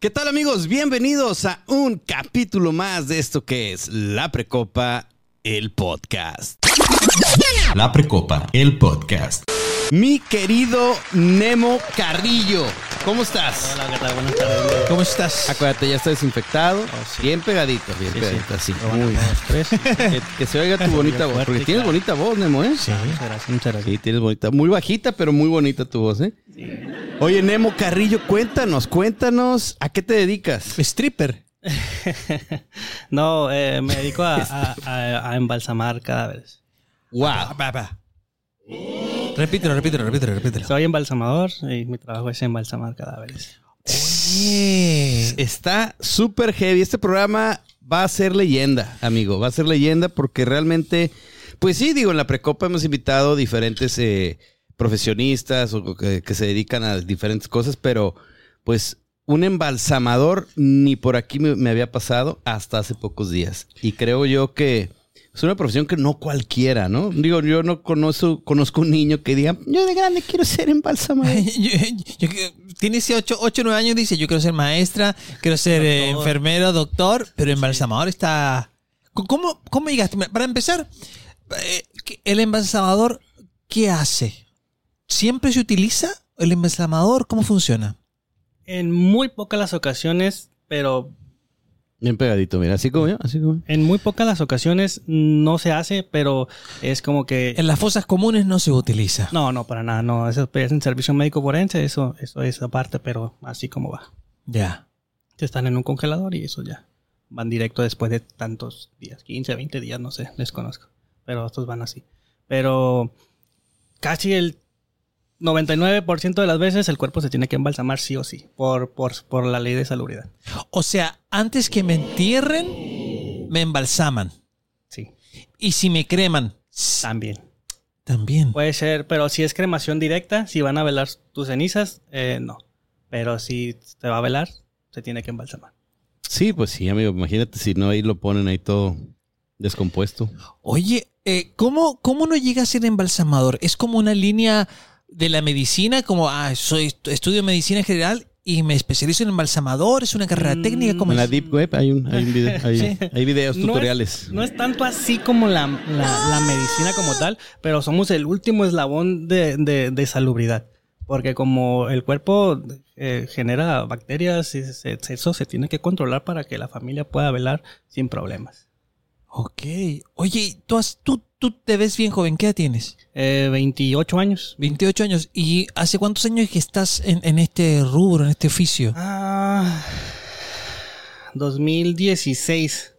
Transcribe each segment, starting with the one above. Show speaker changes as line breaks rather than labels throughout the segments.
¿Qué tal amigos? Bienvenidos a un capítulo más de esto que es La Precopa, el podcast.
La Precopa, el podcast.
Mi querido Nemo Carrillo, ¿cómo estás?
Hola, ¿qué tal? Buenas tardes.
¿Cómo estás?
Acuérdate, ya está desinfectado,
Oh, sí.
bien pegadito, bien
Sí, sí.
pegadito, así.
Lo van a
Muy-
todos tres.
Que, que se oiga tu bonita
Bien
voz,
fuerte,
porque tienes
claro.
bonita voz, Nemo, ¿eh?
Sí, muchas gracias, muchas gracias.
Sí, tienes bonita, muy bajita, pero muy bonita tu voz, ¿eh? Oye, Nemo Carrillo, cuéntanos, cuéntanos, ¿a qué te dedicas?
Pues,
Stripper.
No, eh, me dedico a, a- a- a embalsamar cadáveres.
Wow.
Pa, pa. Repítelo, repítelo, repítelo, repítelo.
Soy embalsamador y mi trabajo es embalsamar cadáveres.
Eh,
Está súper heavy. Este programa va a ser leyenda, amigo. Va a ser leyenda porque realmente, pues sí, digo, en la Precopa hemos invitado diferentes eh, profesionistas o que, que se dedican a diferentes cosas, pero pues un embalsamador ni por aquí me, me había pasado hasta hace pocos días. Y creo yo que es una profesión que no cualquiera, ¿no? Digo, yo no conozco, conozco un niño que diga, yo de grande quiero ser embalsamador.
yo- Eh, yo que- tiene 8 o 9 años, dice, yo quiero ser maestra, quiero ser eh,
Doctor.
enfermera, doctor, pero embalsamador está... C- ¿Cómo, cómo llegaste? Mira, Para empezar, eh, ¿qué- ¿el embalsamador qué hace? ¿Siempre se utiliza el embalsamador? ¿Cómo funciona?
En muy pocas las ocasiones, pero
Bien pegadito, mira, así como yo, así como yo.
en muy pocas las ocasiones no se hace, pero es como que...
En las fosas comunes no se utiliza.
No, no, para nada, no. Eso es en servicio médico forense, eso, eso es aparte, pero así como va.
Ya.
Que Están en un congelador y eso ya. Van directo después de tantos días, 15, 20 días, no sé, desconozco. Pero estos van así. Pero casi el 99% de las veces el cuerpo se tiene que embalsamar sí o sí, por, por, por la ley de salubridad.
O sea, antes que me entierren, me embalsaman.
Sí,
Y si me creman, s-
también.
también.
Puede ser, pero si es cremación directa, si van a velar tus cenizas, eh, no. Pero si te va a velar, se tiene que embalsamar.
Sí, pues sí, amigo. Imagínate si no ahí lo ponen ahí todo descompuesto.
Oye, eh, ¿cómo, ¿cómo no llega a ser embalsamador? ¿Es como una línea de la medicina? Como, ah, soy, estudio medicina general y me especializo en embalsamador. ¿Es una carrera
Mm,
técnica? ¿Cómo
En la
es?
Deep Web hay, un, hay, un video- hay-
Sí.
hay videos
No es-
tutoriales.
No es tanto así como la, la- la medicina como tal, pero somos el último eslabón de, de- de salubridad. Porque como el cuerpo eh, genera bacterias, y se- se- eso se tiene que controlar para que la familia pueda velar sin problemas.
Ok. Oye, ¿tú, has- tú, tú te ves bien joven. ¿Qué edad tienes?
Eh, 28 años.
28 años. ¿Y hace cuántos años que estás en, en este rubro, en este oficio?
Ah, 2016.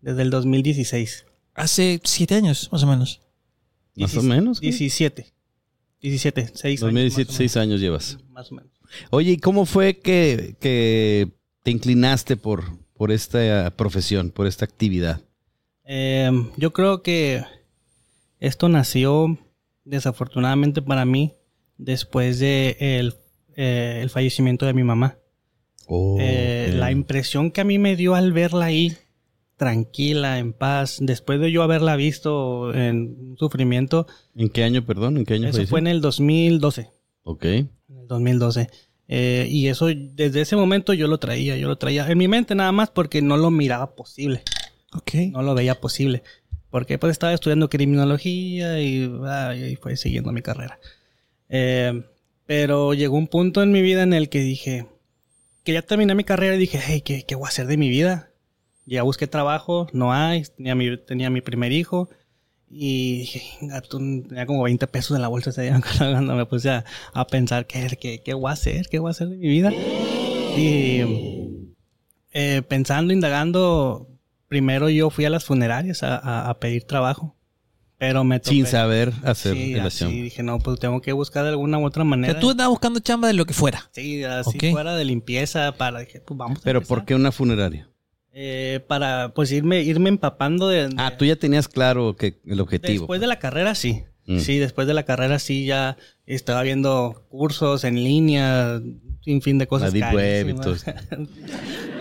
Desde el 2016.
Hace 7 años, más o menos.
Más o
Diecis-
menos. ¿no?
17. 17, 6
2017,
años.
seis años llevas.
Más o menos.
Oye, ¿y cómo fue que, que te inclinaste por, por esta profesión, por esta actividad?
Eh, yo creo que esto nació, desafortunadamente para mí, después de el, eh, el fallecimiento de mi mamá. Eh,
ok.
La impresión que a mí me dio al verla ahí, tranquila, en paz, después de yo haberla visto en sufrimiento,
¿En qué año, perdón? ¿En qué año
eso
falleció?
fue en el 2012.
Ok.
en el 2012. Eh, y eso, desde ese momento yo lo traía, yo lo traía en mi mente nada más porque no lo miraba posible.
Ok.
no lo veía posible. Porque pues estaba estudiando criminología y, ah, y fue siguiendo mi carrera. Eh, pero llegó un punto en mi vida en el que dije, que ya terminé mi carrera y dije, hey, ¿qué, qué voy a hacer de mi vida? Ya busqué trabajo, no hay, tenía mi, tenía mi primer hijo. Y dije, "Inga, tú", tenía como 20 pesos en la bolsa ese día cuando me puse a, a pensar, ¿qué, qué, ¿qué voy a hacer? ¿Qué voy a hacer de mi vida? Y eh, pensando, indagando, primero yo fui a las funerarias a, a- a pedir trabajo. Pero me topé.
Sin saber hacer
Sí,
relación.
así dije, no, pues tengo que buscar de alguna u otra
O
manera.
sea, tú andabas buscando chamba de lo que fuera.
Sí, así
Ok.
fuera de limpieza, para dije, pues vamos. a
¿Pero
empezar.
por qué una funeraria?
Eh, para pues irme, irme empapando de, de-
Ah, tú ya tenías claro que el objetivo.
Eh,
pues.
después de la carrera sí.
Mm.
Sí, después de la carrera sí ya estaba viendo cursos en línea, sin fin de
la
cosas.
Deep Web y
carísimas.
todo. esto.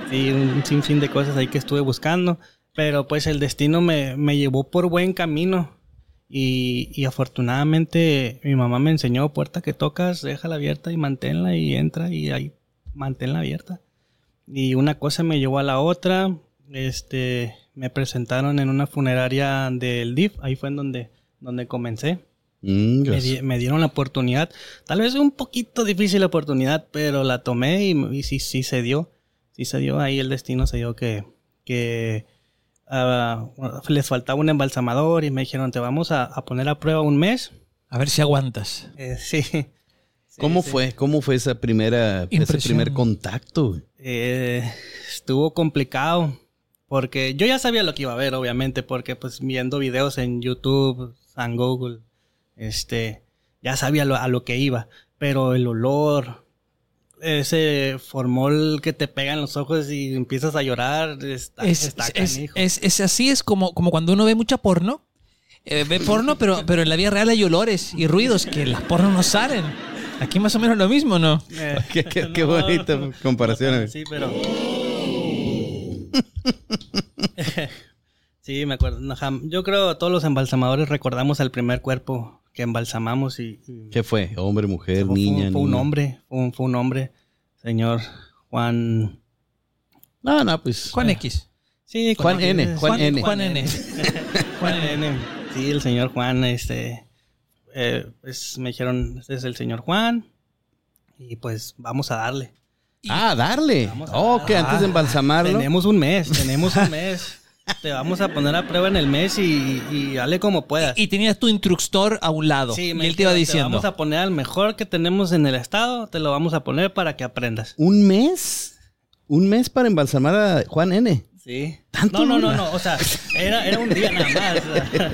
Sí, un sinfín de cosas ahí que estuve buscando. Pero pues el destino me, me llevó por buen camino. Y, y afortunadamente mi mamá me enseñó puerta que tocas, déjala abierta y manténla y entra y ahí manténla abierta. Y una cosa me llevó a la otra. Este, me presentaron en una funeraria del DIF. Ahí fue en donde, donde comencé. Me,
Ingas.
di- me dieron la oportunidad, tal vez un poquito difícil la oportunidad, pero la tomé y, y sí, sí se dio. Sí se dio, ahí el destino se dio que, que ah, les faltaba un embalsamador y me dijeron, te vamos a, a poner a prueba un mes.
A ver si aguantas.
Eh, sí. Sí,
¿Cómo
sí.
fue? ¿Cómo fue esa primera, ese
Impresión.
primer contacto? güey?
Eh, estuvo complicado porque yo ya sabía lo que iba a ver, obviamente, porque pues viendo videos en YouTube, en Google, este, ya sabía lo- a lo que iba, pero el olor, ese formol que te pega en los ojos y empiezas a llorar, está,
Es,
está
es-
canijo.
es- es así, es como, como cuando uno ve mucha porno. Eh, ve porno, pero, pero en la vida real hay olores y ruidos que en las pornos no salen. Aquí más o menos lo mismo, ¿no?
Eh,
Qué, qué- qué
no.
bonita comparación. güey.
Sí, pero. sí, me acuerdo. No, jam- Yo creo todos los embalsamadores recordamos al primer cuerpo que embalsamamos y. y-
¿Qué fue? Hombre, mujer,
fue,
niña.
fue un
niño.
hombre, fue un, fue un hombre, señor Juan.
No, no, pues.
Juan X.
Sí,
Juan N,
Juan,
Juan N.
Juan N.
N. Sí, el señor Juan, este. eh, pues me dijeron, este es el señor Juan. Y pues vamos a darle.
Ah, darle.
Vamos a- Ah,
Oh, que antes de embalsamarlo.
Tenemos un mes, tenemos un mes. Te vamos a poner a prueba en el mes y, y dale como puedas.
Y tenías tu instructor a un lado.
Sí,
y
me
él te iba
dijeron,
diciendo.
vamos a poner al mejor que tenemos en el estado, te lo vamos a poner para que aprendas.
¿Un mes? ¿Un mes para embalsamar a Juan N?
Sí.
¿Tanto
No, no, no,
dura?
no. O sea, era, era un día nada más. o sea,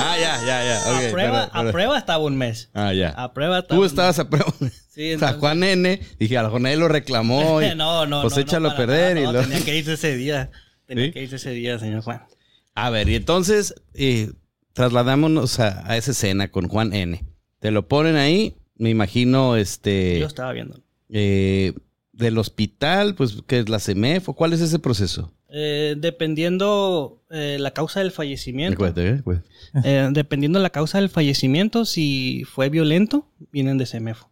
Ah, ya, ya, ya.
a,
ok,
prueba,
perdón, perdón.
a prueba estaba un mes.
Ah, ya.
A prueba estaba
Tú
un
estabas
mes.
a prueba.
Sí,
O sea,
entonces-
Juan N. Dije, a lo mejor nadie lo reclamó. y-
no, no,
pues
no, no,
échalo a
para
perder.
nada,
y
no,
lo-
Tenía que irse ese día. Tenía
¿Sí?
que irse ese día, señor Juan.
A ver, y entonces eh, trasladámonos a, a esa escena con Juan N. Te lo ponen ahí, me imagino, este,
Yo estaba viendo.
eh, del hospital, pues que es la CEMEF, ¿o ¿cuál es ese proceso?
Eh, dependiendo eh, la causa del fallecimiento.
Acuérdate, ¿eh? Acuérdate.
Eh, dependiendo la causa del fallecimiento, si fue violento, vienen de CEMEFO.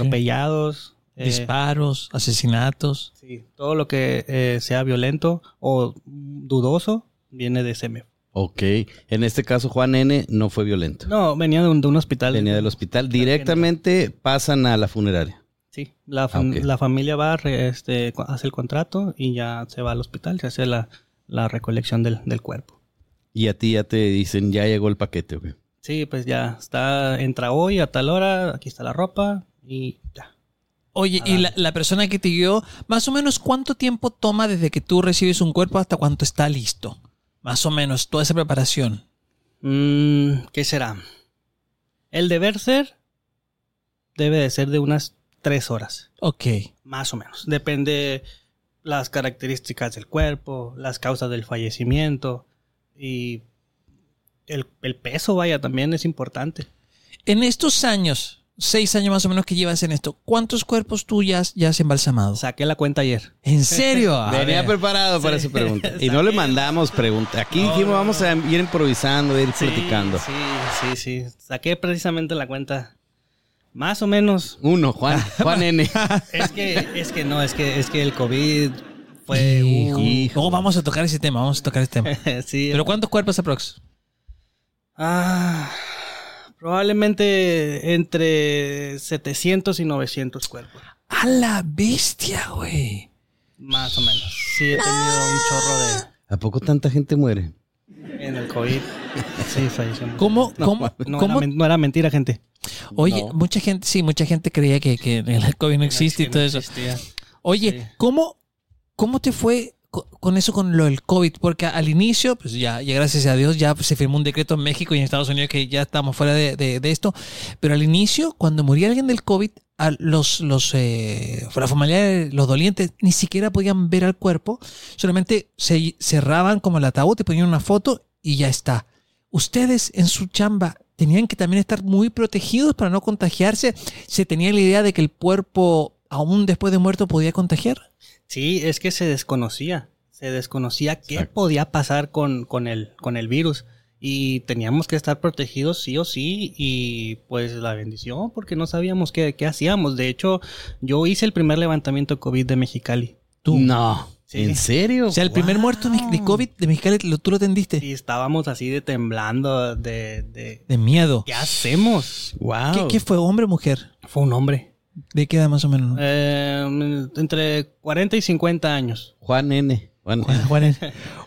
Atropellados, eh,
Disparos, asesinatos.
sí, todo lo que eh, sea violento o dudoso viene de CEMEFO.
Ok. En este caso, Juan N. no fue violento.
No, venía de un, de un hospital.
Venía del hospital. Directamente pasan a la funeraria.
Sí, la, fam-
Ah, ok.
la familia va, re- este, cu- hace el contrato y ya se va al hospital, se hace la, la recolección del, del cuerpo.
Y a ti ya te dicen, ya llegó el paquete, ok.
Sí, pues ya está, entra hoy a tal hora, aquí está la ropa y ya.
Oye, y la, la persona que te guió, más o menos cuánto tiempo toma desde que tú recibes un cuerpo hasta cuánto está listo. Más o menos toda esa preparación.
Mm, ¿Qué será? El deber ser debe de ser de unas tres horas,
Ok.
más o menos. Depende las características del cuerpo, las causas del fallecimiento y el, el peso, vaya, también es importante.
En estos años, seis años más o menos que llevas en esto, ¿cuántos cuerpos tú ya, has- ya has embalsamado?
Saqué la cuenta ayer.
¿En serio? A
Venía
ver.
preparado para esa pregunta. Y no le mandamos pregunta. Aquí
No,
dijimos,
no,
vamos a ir improvisando, ir
Sí,
platicando.
Sí, sí, sí. Saqué precisamente la cuenta. Más o menos.
Uno, Juan, Juan N.
Es que, es que no, es que, es que el COVID fue
Hijo.
pues, un-
Luego vamos a tocar ese tema, vamos a tocar ese tema.
sí,
¿Pero cuántos cuerpos aprox?
Ah, probablemente entre 700 y 900 cuerpos,
A la bestia, güey.
más o menos. Sí, he tenido un chorro
¿A poco tanta gente muere?
de... En el COVID. Sí, falleció. mucha
¿Cómo,
gente. No,
cómo,
No,
cómo?
Era, men- no era mentira, gente.
Oye,
No.
mucha gente, sí, mucha gente creía que, que el COVID no existe y
Que
todo
no
eso.
existía.
Oye,
Sí.
¿cómo, ¿cómo te fue co- con eso con lo del COVID? Porque al inicio, pues ya, ya gracias a Dios, ya pues, se firmó un decreto en México y en Estados Unidos que ya estamos fuera de, de- de esto. Pero al inicio, cuando moría alguien del COVID, a los, los, eh, la familia, los dolientes ni siquiera podían ver al cuerpo, solamente se cerraban como el ataúd, te ponían una foto y ya está. Ustedes en su chamba tenían que también estar muy protegidos para no contagiarse. ¿Se tenía la idea de que el cuerpo, aún después de muerto, podía contagiar?
Sí, es que se desconocía. Se desconocía qué
Exacto.
podía pasar con, con, el, con el virus. Y teníamos que estar protegidos sí o sí. Y pues la bendición, porque no sabíamos qué, qué hacíamos. De hecho, yo hice el primer levantamiento COVID de Mexicali.
Tú.
No.
Sí.
¿En serio?
O sea, el primer
Wow.
muerto de, de COVID de Mexicali lo- tú lo atendiste.
Y estábamos así de temblando de, de
De miedo.
¿qué hacemos?
Wow.
¿Qué, qué fue, hombre o mujer?
Fue un hombre.
¿De qué edad más o menos?
Eh, entre 40 y 50 años.
Juan N. Juan
Juan-
N.
Juan es-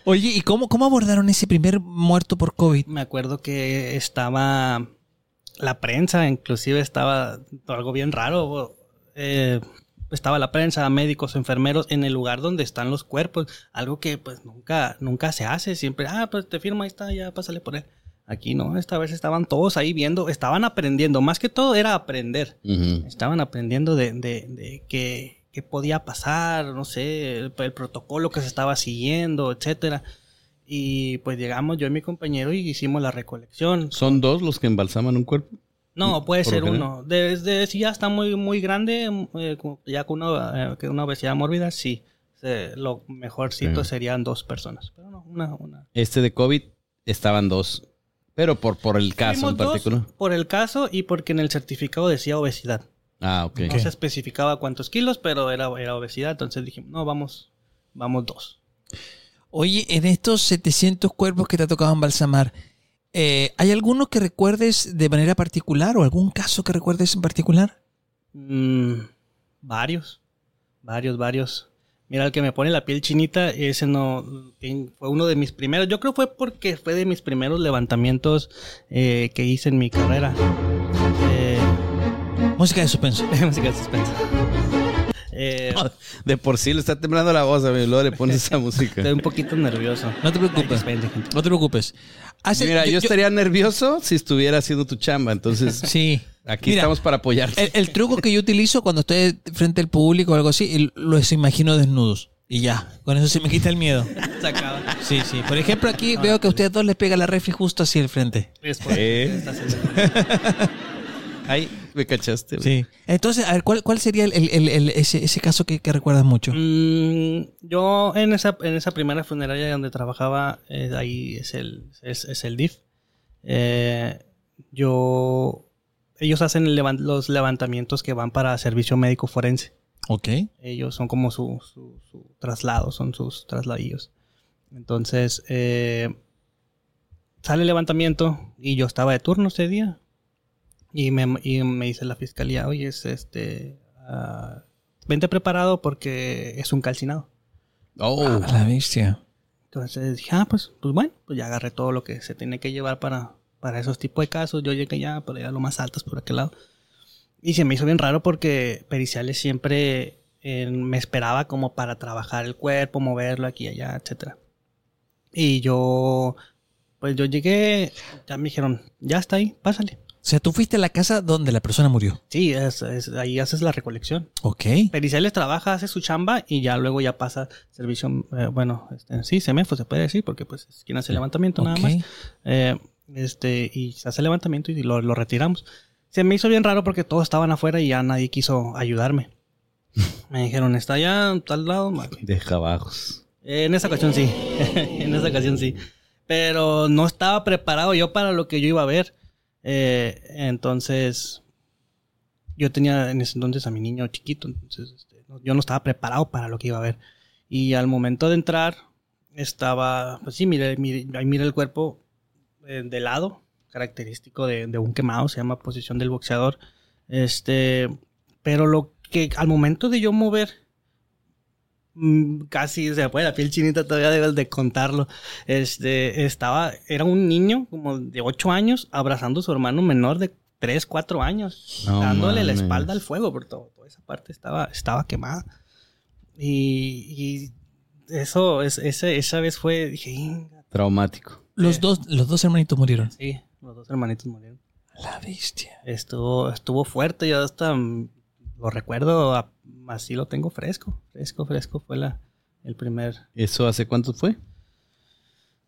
Oye, ¿y cómo, cómo abordaron ese primer muerto por COVID?
Me acuerdo que estaba la prensa, inclusive estaba algo bien raro. eh, estaba la prensa, médicos, enfermeros en el lugar donde están los cuerpos, algo que pues nunca, nunca se hace. Siempre, ah, pues te firma, ahí está, ya pásale por él. Aquí no, esta vez estaban todos ahí viendo, estaban aprendiendo. Más que todo era aprender.
Ujú.
estaban aprendiendo de, de, de qué, qué podía pasar, no sé, el, el protocolo que se estaba siguiendo, etcétera. Y pues llegamos yo y mi compañero y hicimos la recolección.
¿Son dos los que embalsaman un cuerpo?
No, puede
Por
ser
lo general.
uno. Desde si ya está muy muy grande, eh, como ya con una, eh, que una obesidad mórbida, sí. Se- lo mejorcito
Ok.
serían dos personas. Pero no, una, una.
Este de COVID estaban dos. Pero por, por
Ah,
el caso
Fuimos
en
dos
particular.
por el caso y porque en el certificado decía obesidad.
Ah, ok.
No se especificaba cuántos kilos, pero era, era obesidad. Entonces dijimos, no, vamos, vamos dos.
Oye, en estos 700 cuerpos que te ha tocado embalsamar, eh, ¿hay alguno que recuerdes de manera particular o algún caso que recuerdes en particular?
Mm, varios, varios, varios. Mira, el que me pone la piel chinita, ese no en- fue uno de mis primeros. Yo creo fue porque fue de mis primeros levantamientos eh, que hice en mi carrera. Eh,
Música de suspenso.
música de suspenso. Eh,
De por sí le está temblando la voz, amigo. y Luego le pones esa música.
estoy un poquito nervioso.
No pues. te
Ay,
preocupes.
dispensen, gente.
No te preocupes. Hace-
Mira, yo, estaría nervioso si estuviera haciendo tu chamba. Entonces,
Sí.
aquí
Mira,
estamos para apoyarte.
El, el truco que yo utilizo cuando estoy frente al público o algo así, el- los imagino desnudos. Y ya, con eso se me quita el miedo.
Se acaba.
Sí, sí. Por ejemplo, aquí veo que a ustedes dos les pega la refri justo hacia el frente.
Es por-
Eh.
estás en-
Ahí me cachaste. güey.
Sí. Entonces, a ver, ¿cuál, cuál sería el, el- el- el- ese, ese caso que, que recuerdas mucho?
Mm, yo en esa, en esa primera funeraria donde trabajaba, eh, ahí es el, es, es el DIF. Eh, yo. Ellos hacen el levan- los levantamientos que van para servicio médico forense.
Ok.
Ellos son como su, su, su traslado, son sus trasladillos. Entonces, eh, sale el levantamiento y yo estaba de turno ese día. Y me, y me dice la fiscalía, oye, es este, ah, vente preparado porque es un calcinado.
Oh,
A la bestia.
Entonces dije, ah, pues, pues bueno, pues ya agarré todo lo que se tiene que llevar para, para esos tipos de casos. Yo llegué ya por allá a lo más altas, por aquel lado. Y se me hizo bien raro porque periciales siempre eh, me esperaba como para trabajar el cuerpo, moverlo aquí y allá, etcétera. Y yo, pues yo llegué, ya me dijeron, ya está ahí, pásale.
O sea, tú fuiste a la casa donde la persona murió.
Sí, es- es- ahí haces la recolección.
Ok.
Periciales trabaja, hace su chamba y ya luego ya pasa servicio, eh, bueno, este, sí, semefo se puede decir porque pues es quien hace el levantamiento nada
Ok.
más. Eh, este, y se hace el levantamiento y lo, lo retiramos. Se me hizo bien raro porque todos estaban afuera y ya nadie quiso ayudarme. Me dijeron, está allá, en tal lado.
deja bajos.
Eh, en esa ocasión sí, en esa ocasión sí. Pero no estaba preparado yo para lo que yo iba a ver. Eh, entonces, yo tenía en ese entonces a mi niño chiquito, entonces este, no- yo no estaba preparado para lo que iba a ver. Y al momento de entrar, estaba, pues sí, miré, miré, ahí miré el cuerpo eh, de lado, característico de, de un quemado, se llama posición del boxeador. Este, pero lo que al momento de yo mover, mm, casi se me pone la piel chinita todavía de, de contarlo. Este, estaba, era un niño como de 8 años abrazando a su hermano menor de 3, 4 años,
No
dándole la
mames.
espalda al fuego, porque todo- toda esa parte estaba, estaba quemada. Y, y eso, es, ese- esa vez fue, dije, "Inga".
Traumático.
Los, dos, los dos hermanitos murieron.
sí, los dos hermanitos murieron.
La bestia.
Estuvo, estuvo fuerte, yo hasta mm, lo recuerdo, a- así lo tengo fresco, fresco, fresco, fue la, el primer,
¿Eso hace cuánto fue?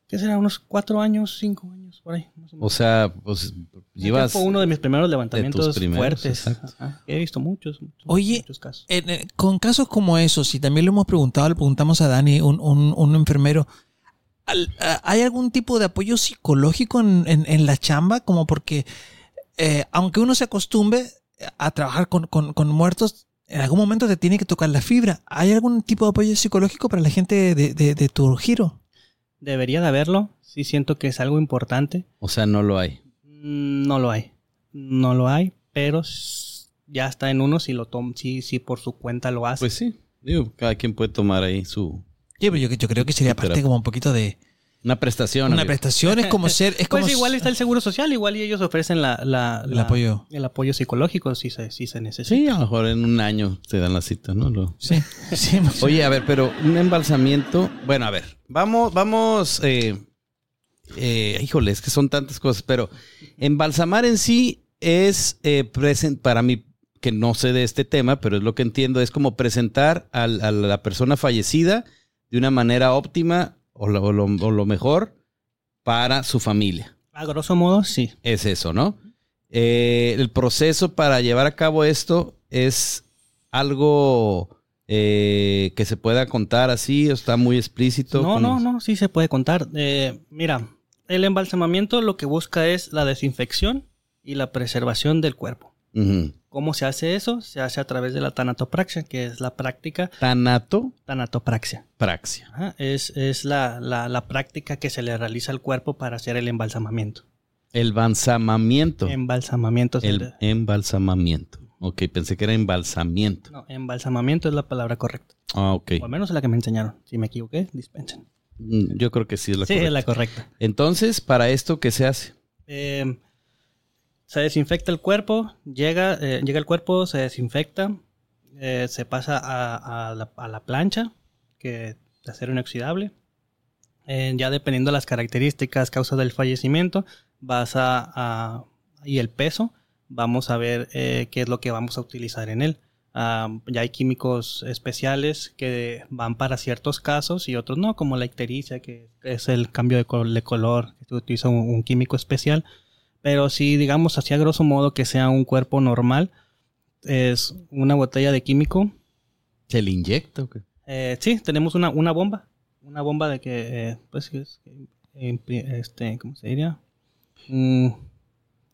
¿qué será? Unos cuatro años, cinco años, por ahí. más o menos.
O sea, pues
Este
llevas.
Fue uno de mis primeros levantamientos
primeros,
fuertes.
exacto.
Ajá. He visto muchos, muchos,
Oye,
muchos casos.
En- en- con casos como esos, y también lo hemos preguntado, le preguntamos a Dani, un, un- un enfermero, al- a- ¿hay algún tipo de apoyo psicológico en, en- en la chamba? Como porque, eh, aunque uno se acostumbre a trabajar con, con- con muertos, en algún momento te tiene que tocar la fibra. ¿Hay algún tipo de apoyo psicológico para la gente de, de- de tu giro?
Debería de haberlo. Sí siento que es algo importante.
O sea, no lo hay.
Mm, No lo hay. No lo hay, pero s- ya está en uno si lo tom si, si por su cuenta lo hace.
Pues sí. Digo, cada quien puede tomar ahí su.
Sí, pero yo, yo creo que sería parte
Terapia.
como un poquito de
Una prestación.
una
amigo.
prestación. Es como ser. Es como
Pues igual
s-
está el seguro social, igual y ellos ofrecen la, la-
el
la-
apoyo.
el apoyo psicológico si se, si se necesita.
Sí, a lo mejor en un año te dan la cita, ¿no? Lo-
Sí, sí. más-
Oye, a ver, pero un embalsamiento. Bueno, a ver, vamos, vamos. eh, eh, híjole, es que son tantas cosas, pero embalsamar en sí es eh, presen- para mí, que no sé de este tema, pero es lo que entiendo, es como presentar al- a la persona fallecida de una manera óptima o lo- o lo- o lo mejor para su familia.
A grosso modo, sí.
Es eso, ¿no? Eh, el proceso para llevar a cabo esto es algo eh, que se pueda contar así, o está muy explícito.
No,
con-
no, no, sí se puede contar. Eh, mira, el embalsamamiento lo que busca es la desinfección y la preservación del cuerpo.
Ujú.
¿Cómo se hace eso? Se hace a través de la tanatopraxia, que es la práctica tanatopraxia.
Tanatopraxia.
Ajá, Es, es la, la- la práctica que se le realiza al cuerpo para hacer el embalsamamiento.
El balsamamiento.
Em- Embalsamamiento. es
El embalsamamiento. Ok, pensé que era embalsamiento.
no, embalsamamiento es la palabra correcta.
Ah, ok.
O al menos es la que me enseñaron. Si me equivoqué, dispensen.
Mm, Yo creo que sí es la
sí,
correcta.
es la correcta.
Entonces, ¿para esto qué se hace?
Eh, se desinfecta el cuerpo, llega, eh, llega el cuerpo, se desinfecta, eh, se pasa a, a la, a la plancha, que de acero inoxidable. Eh, ya dependiendo de las características, causas del fallecimiento, vas a, a- y el peso, vamos a ver eh, qué es lo que vamos a utilizar en él. Ah, ya hay químicos especiales que van para ciertos casos y otros no, como la ictericia, que es el cambio de, col- de color, que se utiliza un, un químico especial. Pero si digamos así a grosso modo que sea un cuerpo normal, es una botella de químico.
¿Se le inyecta? o qué?
Eh, sí, tenemos una, una bomba, una bomba de que, eh, pues, que es- que impri- este, ¿cómo se diría? Mm,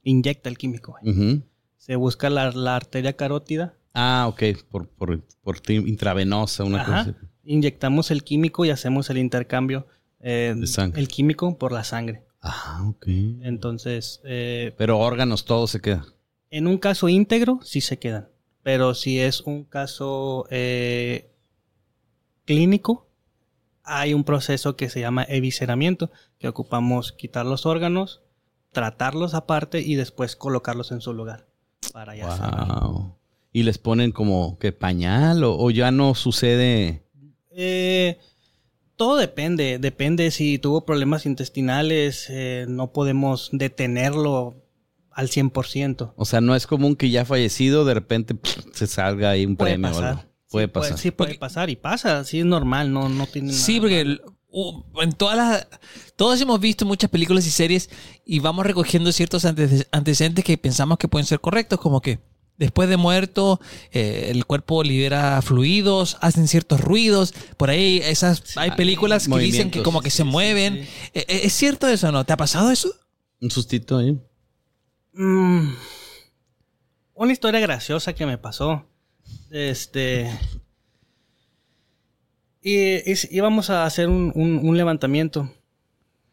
inyecta el químico. güey.
Ujú.
Se busca la, la arteria carótida
Ah, ok. Por, por, por ti- intravenosa, una
Ajá.
cosa. así.
inyectamos el químico y hacemos el intercambio eh,
De sangre.
el químico por la sangre.
Ah, ok.
Entonces, eh,
Pero órganos, todo se queda.
en un caso íntegro sí se quedan, pero si es un caso eh, clínico, hay un proceso que se llama evisceramiento, que ocupamos quitar los órganos, tratarlos aparte y después colocarlos en su lugar para ya sanar.
Wow. Y les ponen como que pañal o, o ya no sucede.
Eh, todo depende, depende si tuvo problemas intestinales, eh, no podemos detenerlo al 100%.
O sea, no es común que ya fallecido de repente pff, se salga ahí un
Puede
premio. o algo.
pasar.
Puede
Sí,
pasar.
sí, puede
Porque-
pasar y pasa, sí es normal, no, no tiene nada.
Sí, porque el- u- en todas las. Todos hemos visto muchas películas y series y vamos recogiendo ciertos antece- antecedentes que pensamos que pueden ser correctos, como que después de muerto eh, el cuerpo libera fluidos, hacen ciertos ruidos. Por ahí esas hay películas que dicen que
movimientos,
como que se mueven. Eh, eh, ¿Es cierto eso o no? ¿Te ha pasado eso?
Un sustito ahí.
Mm, una historia graciosa que me pasó. Este. Y, y s- íbamos a hacer un, un- un levantamiento.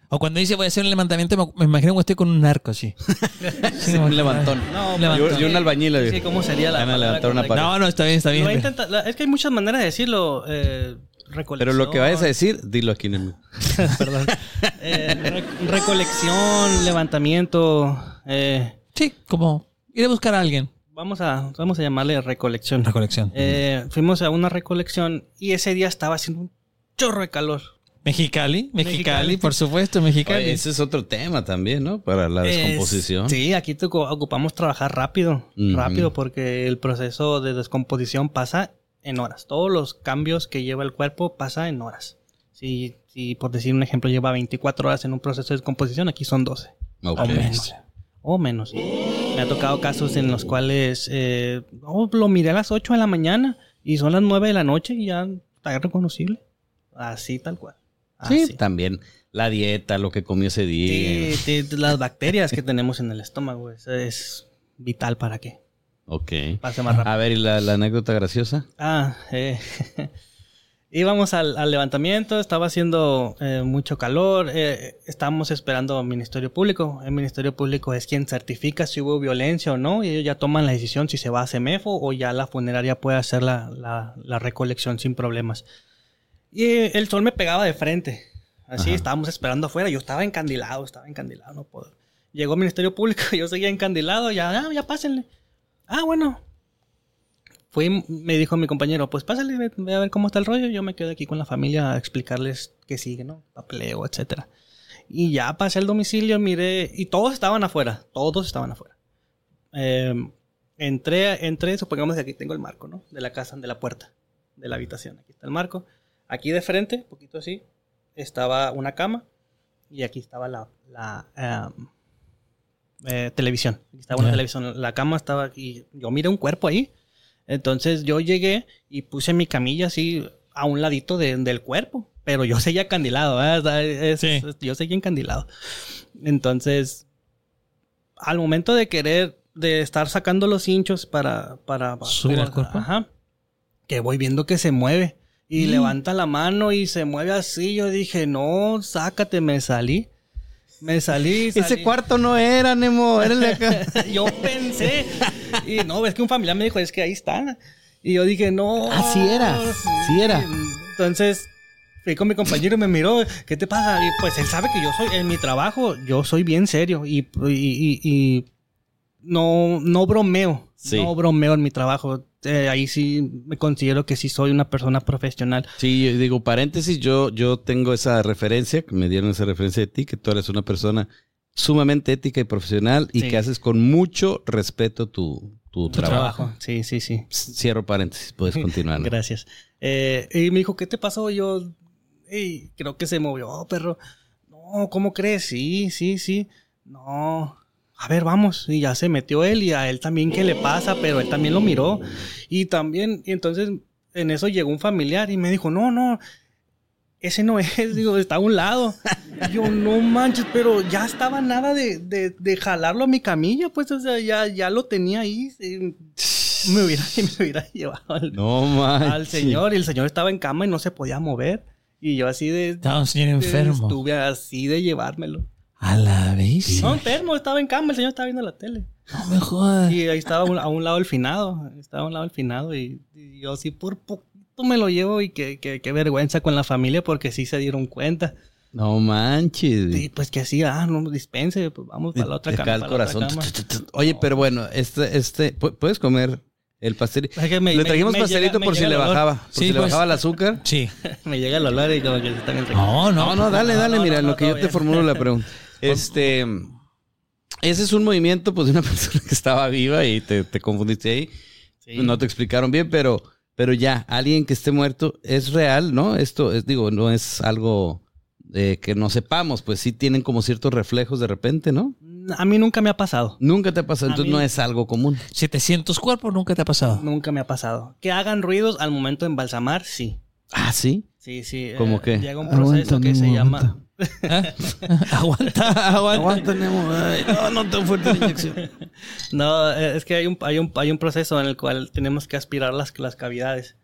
O cuando dice voy a hacer un levantamiento, me, me imagino que estoy con un narco así.
Sí, un levantón.
No,
Yo, yo un albañil.
Sí, ¿cómo sería la
Van a
palabra
levantar una
correcta?
pared.
No, no, está bien, está
Lo voy a
bien.
intentar- la- es que hay muchas maneras de decirlo. eh,
Pero lo que vayas a
recolección,
decir, dilo aquí en el.
perdón. Eh, re- recolección, levantamiento. eh,
Sí, como ir a buscar a alguien.
vamos, a, vamos a llamarle recolección.
Recolección.
Eh, fuimos a una recolección y ese día estaba haciendo un chorro de calor.
Mexicali, Mexicali,
Mexicali.
por supuesto, Mexicali.
Oye, ese es otro tema también, ¿no? Para la
Es-
descomposición.
sí, aquí te ocu- ocupamos trabajar rápido,
Ujú.
rápido, porque el proceso de descomposición pasa en horas. Todos los cambios que lleva el cuerpo pasa en horas. Si, si por decir un ejemplo, lleva 24 horas en un proceso de descomposición, aquí son 12
Ok.
o menos. O menos. Me ha tocado casos en los cuales eh, oh, lo miré a las 8 de la mañana y son las 9 de la noche y ya está reconocible. Así tal cual.
Sí,
Así.
también la dieta, lo que comió ese día.
Sí, sí, las bacterias que tenemos en el estómago es, es vital para que
Ok.
Pase más rápido.
A ver, ¿y la, la anécdota graciosa?
Ah, eh, íbamos al, al levantamiento, estaba haciendo eh, mucho calor, eh, estábamos esperando al Ministerio Público. El Ministerio Público es quien certifica si hubo violencia o no, y ellos ya toman la decisión si se va a CEMEFO o ya la funeraria puede hacer la, la- la recolección sin problemas. Y eh, el sol me pegaba de frente, así
Ajá.
estábamos esperando afuera, yo estaba encandilado, estaba encandilado, no puedo. Llegó el Ministerio Público, yo seguía encandilado, ya, ah, ya pásenle. Ah, bueno, Fui, me dijo mi compañero, pues pásale, ve, ve a ver cómo está el rollo. Yo me quedo aquí con la familia a explicarles qué sigue, ¿no? Papeleo, etcétera. Y ya pasé al domicilio, miré, y todos estaban afuera, todos estaban afuera. Eh, entré, entré, supongamos que aquí tengo el marco, ¿no? De la casa, de la puerta, de la habitación. Aquí está el marco. Aquí de frente, un poquito así, estaba una cama y aquí estaba la, la, em, eh, televisión. Aquí estaba una
Ya.
televisión. La cama estaba aquí. Yo miré un cuerpo ahí. Entonces yo llegué y puse mi camilla así a un ladito de- del cuerpo, pero yo seguía encandilado, ¿verdad? O sea, es-
Sí.
es- yo seguía encandilado. Entonces, al momento de querer, de estar sacando los hinchos para... para, para-
Subir al cuerpo. Mm.
Ajá. Que voy viendo que se mueve. Y levanta la mano y se mueve así. Yo dije, no, sácate, me salí. Me salí. salí.
cuarto no era, Nemo. Era el de acá.
Yo pensé. Y no, es que un familiar me dijo, es que ahí están. Y yo dije, no.
Así Ah, era. Sí era.
Entonces, fui con mi compañero y me miró, ¿qué te pasa? Y pues él sabe que yo soy, en mi trabajo, yo soy bien serio y, y- y- y no, no bromeo.
Sí.
No bromeo en mi trabajo. Eh, ahí sí me considero que sí soy una persona profesional.
Sí, yo digo, paréntesis, yo, yo tengo esa referencia, que me dieron esa referencia de ti, que tú eres una persona sumamente ética y profesional y
Sí.
que haces con mucho respeto tu, tu trabajo.
Sí, sí, sí.
Cierro paréntesis, puedes continuar. Ah, ¿no?
Gracias. Eh, y me dijo, ¿qué te pasó? Y Yo, "Ey, creo que se movió, oh, perro. No, ¿cómo crees? Sí, sí, sí. No. A ver, vamos. Y ya se metió él y a él también, ¿qué le pasa? Pero él también lo miró. Y también, y entonces, en eso llegó un familiar y me dijo, no, no. Ese no es, digo, está a un lado. Y Yo, no manches, pero ya estaba nada de, de- de jalarlo a mi camilla, pues, o sea, ya, ya lo tenía ahí. sí. Me hubiera, me hubiera llevado al,
No manches.
al señor y el señor estaba en cama y no se podía mover. Y yo así de...
Estaba un señor enfermo.
Estuve así de llevármelo.
A la vez.
No, enfermo, estaba en cama, el señor estaba viendo la tele.
No me jodas.
Y ahí estaba un- a un lado el finado, estaba a un lado el finado y, y yo así por poquito me lo llevo y qué, qué- qué vergüenza con la familia porque sí se dieron cuenta.
No manches.
Y pues que así, ah, no, dispense, pues vamos para la otra
Te
cama.
cae el
para la otra
corazón.
cama.
Tu, tu, tu, tu. Oye, pero bueno, este, este, pu- puedes comer el pastel.
Es que me-
le
me-
trajimos
me
pastelito
llega- me
por si
llega
le
el olor.
bajaba, por si
Sí,
le
pues.
bajaba el azúcar.
Sí.
Me llega el olor y como que se están entregando.
No,
No, no, dale, dale,
no,
mira,
no,
en
no,
lo que yo
todo
te
bien.
formulo la pregunta. Este, ese es un movimiento, pues, de una persona que estaba viva y te, te confundiste ahí.
Sí.
No te explicaron bien, pero, pero ya, alguien que esté muerto es real, ¿no? Esto es, digo, no es algo eh, que no sepamos, pues sí tienen como ciertos reflejos de repente, ¿no?
A mí nunca me ha pasado.
Nunca te ha pasado,
A
entonces
mí-
no es algo común.
700 cuerpos nunca te ha pasado.
Nunca me ha pasado. Que hagan ruidos al momento de embalsamar, sí.
Ah, sí.
Sí, sí. eh,
¿Cómo qué?
Llega un proceso que se llama.
¿Eh? aguanta, aguanta.
No, no tan fuerte la inyección.
No, eh, es que hay un, hay, un, hay un proceso en el cual tenemos que aspirar las, las cavidades.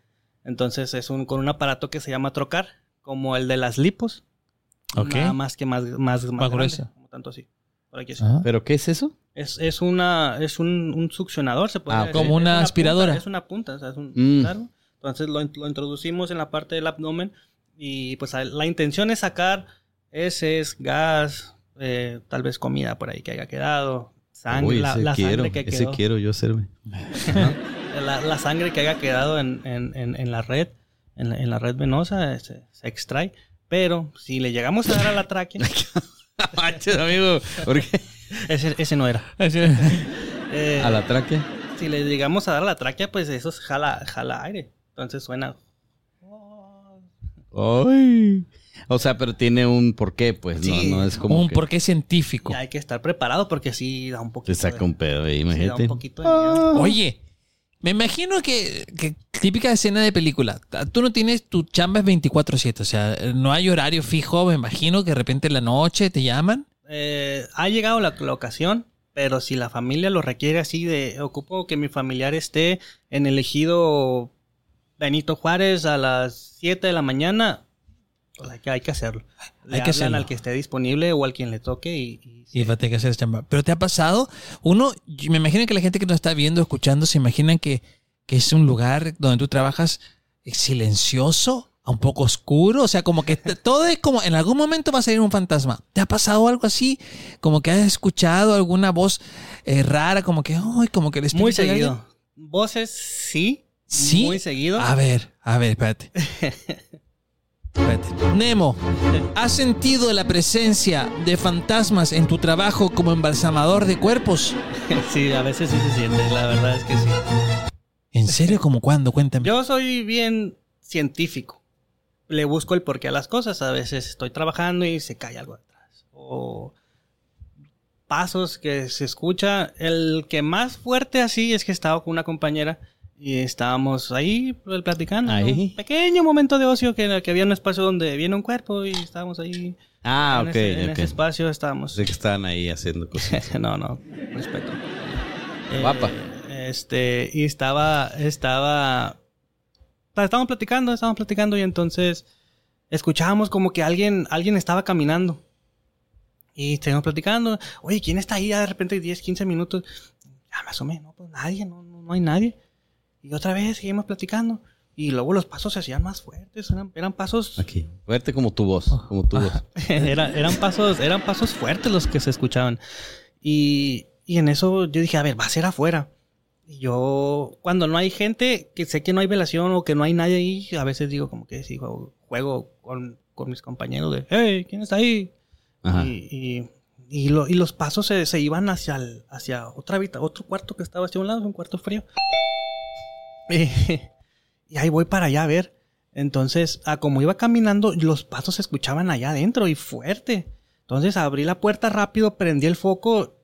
Entonces es un, con un aparato que se llama trocar, como el de las lipos.
Ok.
Nada más que más, más, más, grande,
grueso.
Como tanto así. Por aquí así.
Ajá.
¿Pero qué es eso?
Es, es una, es un, un succionador, se puede
Ah,
decir. Es
como una
punta,
aspiradora.
es una punta, o sea, es un
Mm.
largo. Entonces lo, in- lo introducimos en la parte del abdomen y pues a- la intención es sacar heces, gas, eh, tal vez comida por ahí que haya quedado, sangre,
Uy,
la,
ese
la
quiero,
sangre que
ese
quedó,
quiero yo serme.
la, la sangre que haya quedado en, en- en- en la red, en la, en la red venosa, eh, se, se extrae. Pero si le llegamos a dar a la tráquea,
Manches, amigo. ¿Por qué?
ese, ese no era. Eh,
A la tráquea.
si le llegamos a dar a la tráquea, pues eso es jala, jala aire. Entonces suena.
Ay. O sea, pero tiene un porqué, pues.
Sí.
No, no es como.
Un
que
porqué científico.
Y hay que estar preparado porque sí da un poquito.
Te saca un pedo ahí,
de, sí da
imagínate.
un poquito de miedo.
Oye, me imagino que, que típica escena de película. Tú no tienes tu chamba es 24/7, o sea, no hay horario fijo. Me imagino que de repente en la noche te llaman.
Eh, ha llegado la, la ocasión Pero si la familia lo requiere así de, ocupo que mi familiar esté en el ejido Benito Juárez a las 7 de la mañana, pues hay, que, hay que hacerlo. Le
Hay que
hablan
hacerlo.
al que esté disponible o al quien le toque y... y-
Y va a tener que hacer chamba. Pero te ha pasado, uno, yo me imagino que la gente que nos está viendo, escuchando, se imaginan que, que es un lugar donde tú trabajas silencioso, a un poco oscuro, o sea, como que te- todo es como, en algún momento va a salir un fantasma. ¿Te ha pasado algo así? Como que has escuchado alguna voz eh, rara, como que, ay, como que el espíritu
muy
de alguien-
seguido. Voces, sí.
Sí.
Muy seguido.
A ver, a ver, espérate. Espérate. Nemo, ¿has sentido la presencia de fantasmas en tu trabajo como embalsamador de cuerpos?
sí, a veces sí se siente, la verdad es que sí.
¿En serio? ¿Cómo cuándo? Cuéntame.
Yo soy bien científico. Le busco el porqué a las cosas. A veces estoy trabajando y se cae algo atrás. O pasos que se escucha. El que más fuerte así es que estaba con una compañera y estábamos ahí pl- platicando.
Ahí.
Un pequeño momento de ocio que, que había un espacio donde viene un cuerpo y estábamos ahí.
Ah,
en
ok,
ese, en
ok.
ese espacio estábamos.
Sé que estaban ahí haciendo cosas.
no, no, respeto. pues Eh,
Guapa.
este, y estaba, estaba, pues, estábamos platicando, estábamos platicando y entonces escuchábamos como que alguien, alguien estaba caminando. Y estábamos platicando, oye, ¿quién está ahí? Ya de repente 10, 15 minutos. Ya me asomé, no, pues nadie, no, no, no hay nadie. Y otra vez seguimos platicando. Y luego los pasos se hacían más fuertes, eran, eran pasos
Aquí. Fuerte como tu voz,
Ah.
como tu voz.
Era- eran pasos, eran pasos fuertes los que se escuchaban. Y, y en eso yo dije, a ver, va a ser afuera. Y yo, cuando no hay gente, que sé que no hay velación o que no hay nadie ahí, a veces digo como que sí, juego, juego con, con mis compañeros de, hey, ¿quién está ahí?
Ajá.
Y, y- y lo- y los pasos se, se iban hacia, el- hacia otra habita, otro cuarto que estaba hacia un lado, un cuarto frío. Y, y ahí voy para allá a ver. Entonces, a como iba caminando, los pasos se escuchaban allá adentro y fuerte. Entonces abrí la puerta rápido, prendí el foco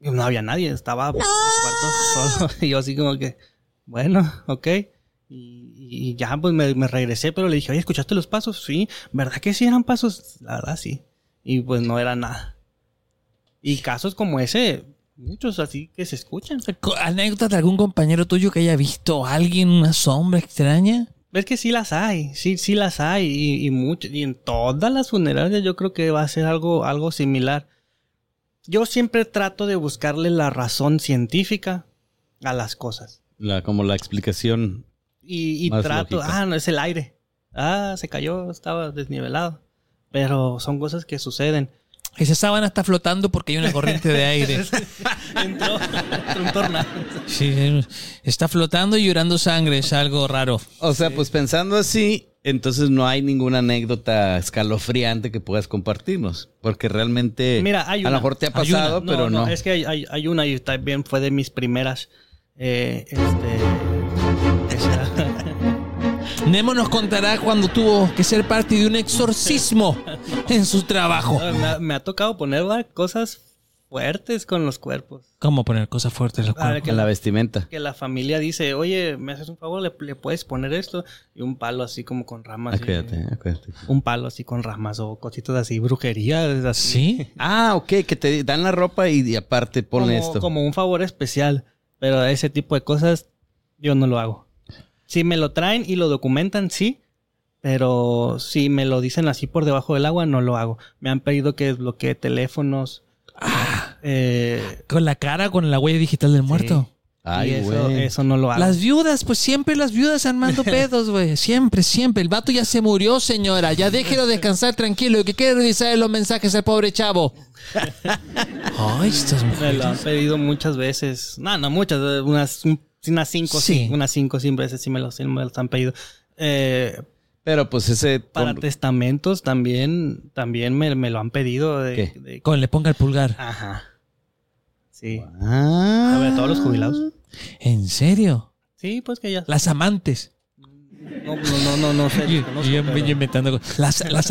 y no había nadie, estaba el cuarto solo. Y yo así como que, bueno, ok. Y, y ya pues me, me regresé, pero le dije, oye, ¿escuchaste los pasos? Sí, ¿verdad que sí eran pasos? La verdad sí. Y pues no era nada. Y casos como ese, muchos así que se escuchan.
Co- ¿Anécdota de algún compañero tuyo que haya visto a alguien, una sombra extraña?
Ves que sí las hay, sí, sí las hay, y, y mucho, y en todas las funerarias yo creo que va a ser algo, algo similar. Yo siempre trato de buscarle la razón científica a las cosas.
La, como la explicación.
Y, y
Más
trato,
lógica.
ah, no, es el aire. Ah, se cayó, estaba desnivelado. Pero son cosas que suceden.
Esa sábana está flotando porque hay una corriente de aire.
Entró, entró un tornado.
Sí, sí, está flotando y llorando sangre, es algo raro.
O sea, pues pensando así, entonces no hay ninguna anécdota escalofriante que puedas compartirnos. Porque realmente.
Mira, hay
A lo
una.
mejor te ha
Hay una.
pasado, pero no.
Es que hay, hay- hay una y también fue de mis primeras. eh, este. esa-
Nemo nos contará cuando tuvo que ser parte de un exorcismo en su
Oh.
trabajo.
No, me, ha, me ha tocado poner va, cosas fuertes con los cuerpos.
¿Cómo poner cosas fuertes en los
A ver,
cuerpos?
En la vestimenta.
Que la familia dice, oye, ¿me haces un favor? ¿Le, le puedes poner esto? Y un palo así como con ramas. y-
Acuérdate, acuérdate.
Un palo así con ramas o cositas así, brujería. es Así.
Sí.
Ah, ok, que te dan la ropa y, y aparte ponle
como,
esto.
Como un favor especial. Pero ese tipo de cosas yo no lo hago. Si me lo traen y lo documentan, sí. Pero si me lo dicen así por debajo del agua, no lo hago. Me han pedido que desbloquee teléfonos.
Ah.
eh,
Con la cara, con la huella digital del muerto.
y
Ay,
eso,
güey.
eso no lo hago.
Las viudas, pues siempre las viudas armando pedos, güey. Siempre, siempre. El vato ya se murió, señora. Ya déjelo descansar tranquilo. Que quiere revisar los mensajes al pobre chavo. Ay, estas
Me
mujeres.
lo han pedido muchas veces. No, no muchas, eh, unas, un- unas cinco,
Sí.
sí. Unas cinco, cien veces sí me los, sí me los han pedido. Eh,
Pero pues ese.
para
con-
testamentos también, también me, me lo han pedido. De,
¿Qué?
de-
Con le ponga el pulgar.
ajá. Sí.
Ah.
A ver, todos los jubilados.
¿En serio?
Sí, pues que ya.
Las amantes.
No, no, no, no, no sé.
Yo-
desconozco,
yo-
pero-
yo inventando cosas. Las, las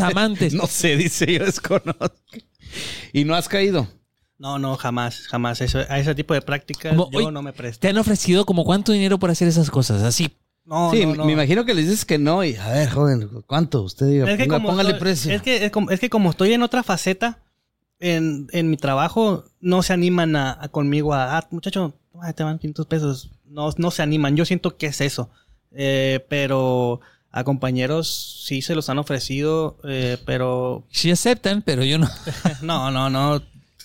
amantes.
No sé, dice, yo desconozco. Y no has caído.
No, no, jamás, jamás. Eso, a ese tipo de prácticas
Como,
yo
oye,
no me presto.
Te han ofrecido como cuánto dinero por hacer esas cosas. Así.
No,
sí,
no, no.
me imagino que les dices que no y a ver, joven, ¿cuánto? Usted diga,
Es que
ponga-
como
póngale
estoy-
precio.
Es que, es como, es que como estoy en otra faceta, en, en mi trabajo no se animan a, a conmigo a, ah, muchacho, toma, te van 500 pesos. No, no se animan. Yo siento que es eso. Eh, pero a compañeros sí se los han ofrecido, eh, pero
Sí aceptan, pero yo no.
no, no, no.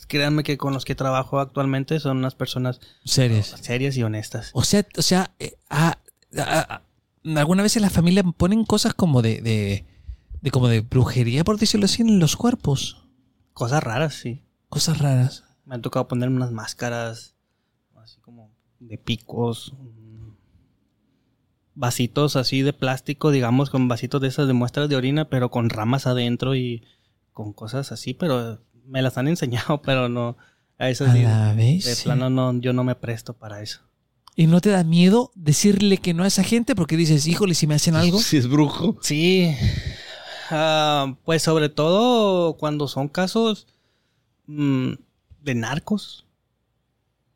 Créanme que con los que trabajo actualmente son unas personas
Serias.
serias y honestas.
O sea, o sea, eh, ah, ah, ah, alguna vez en la familia ponen cosas como de, de, de como de brujería, por decirlo así, en los cuerpos.
Cosas raras, sí.
Cosas raras.
Me han tocado ponerme unas máscaras, así como de picos, mm, vasitos así de plástico, digamos, con vasitos de esas de muestras de orina, pero con ramas adentro y con cosas así, pero me las han enseñado, pero no, a eso
A
sí,
la vez.
de
sí.
plano no, yo no me presto para eso.
Y no te da miedo decirle que no a esa gente porque dices, híjole, si me hacen algo.
Si es brujo.
Sí. Ah, pues sobre todo cuando son casos mm, de narcos.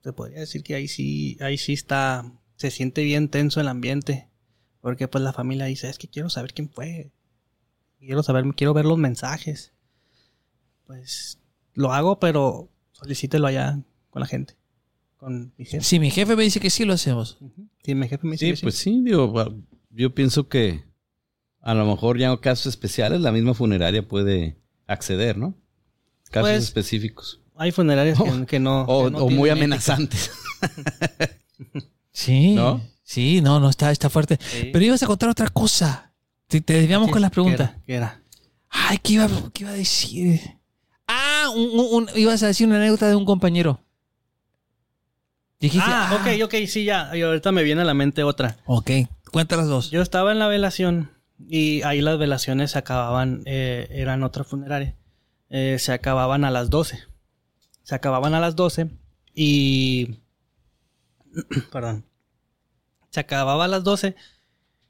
Te podría decir que ahí sí, ahí sí está, se siente bien tenso el ambiente. Porque pues la familia dice, es que quiero saber quién fue. Quiero saber, quiero ver los mensajes. Pues lo hago, pero solicítelo allá con la gente. Con mi jefe.
Si mi jefe me dice que sí, lo hacemos.
Ujú. Sí, mi jefe me dice
Sí,
que sí.
pues sí, digo, bueno, yo pienso que a lo mejor ya en casos especiales la misma funeraria puede acceder, ¿no? Casos
Pues-
específicos.
Hay funerarias que, que no.
O,
que no
o muy
tienen ética.
amenazantes.
Sí.
¿No?
Sí, no, no, está, está fuerte.
Sí.
Pero ibas a contar otra cosa. Te, te desviamos con las preguntas.
¿Qué era?
Ay, ¿qué iba, qué iba a decir? Ah, un- un- un- ibas a decir una anécdota de un compañero. Dijiste.
Ah, ok, ok, sí, ya. Y ahorita me viene a la mente otra.
Ok, cuenta las dos.
Yo estaba en la velación y ahí las velaciones se acababan, eh, eran otra funeraria. Eh, se acababan a las 12. Se acababan a las 12 y... Perdón. Se acababa a las 12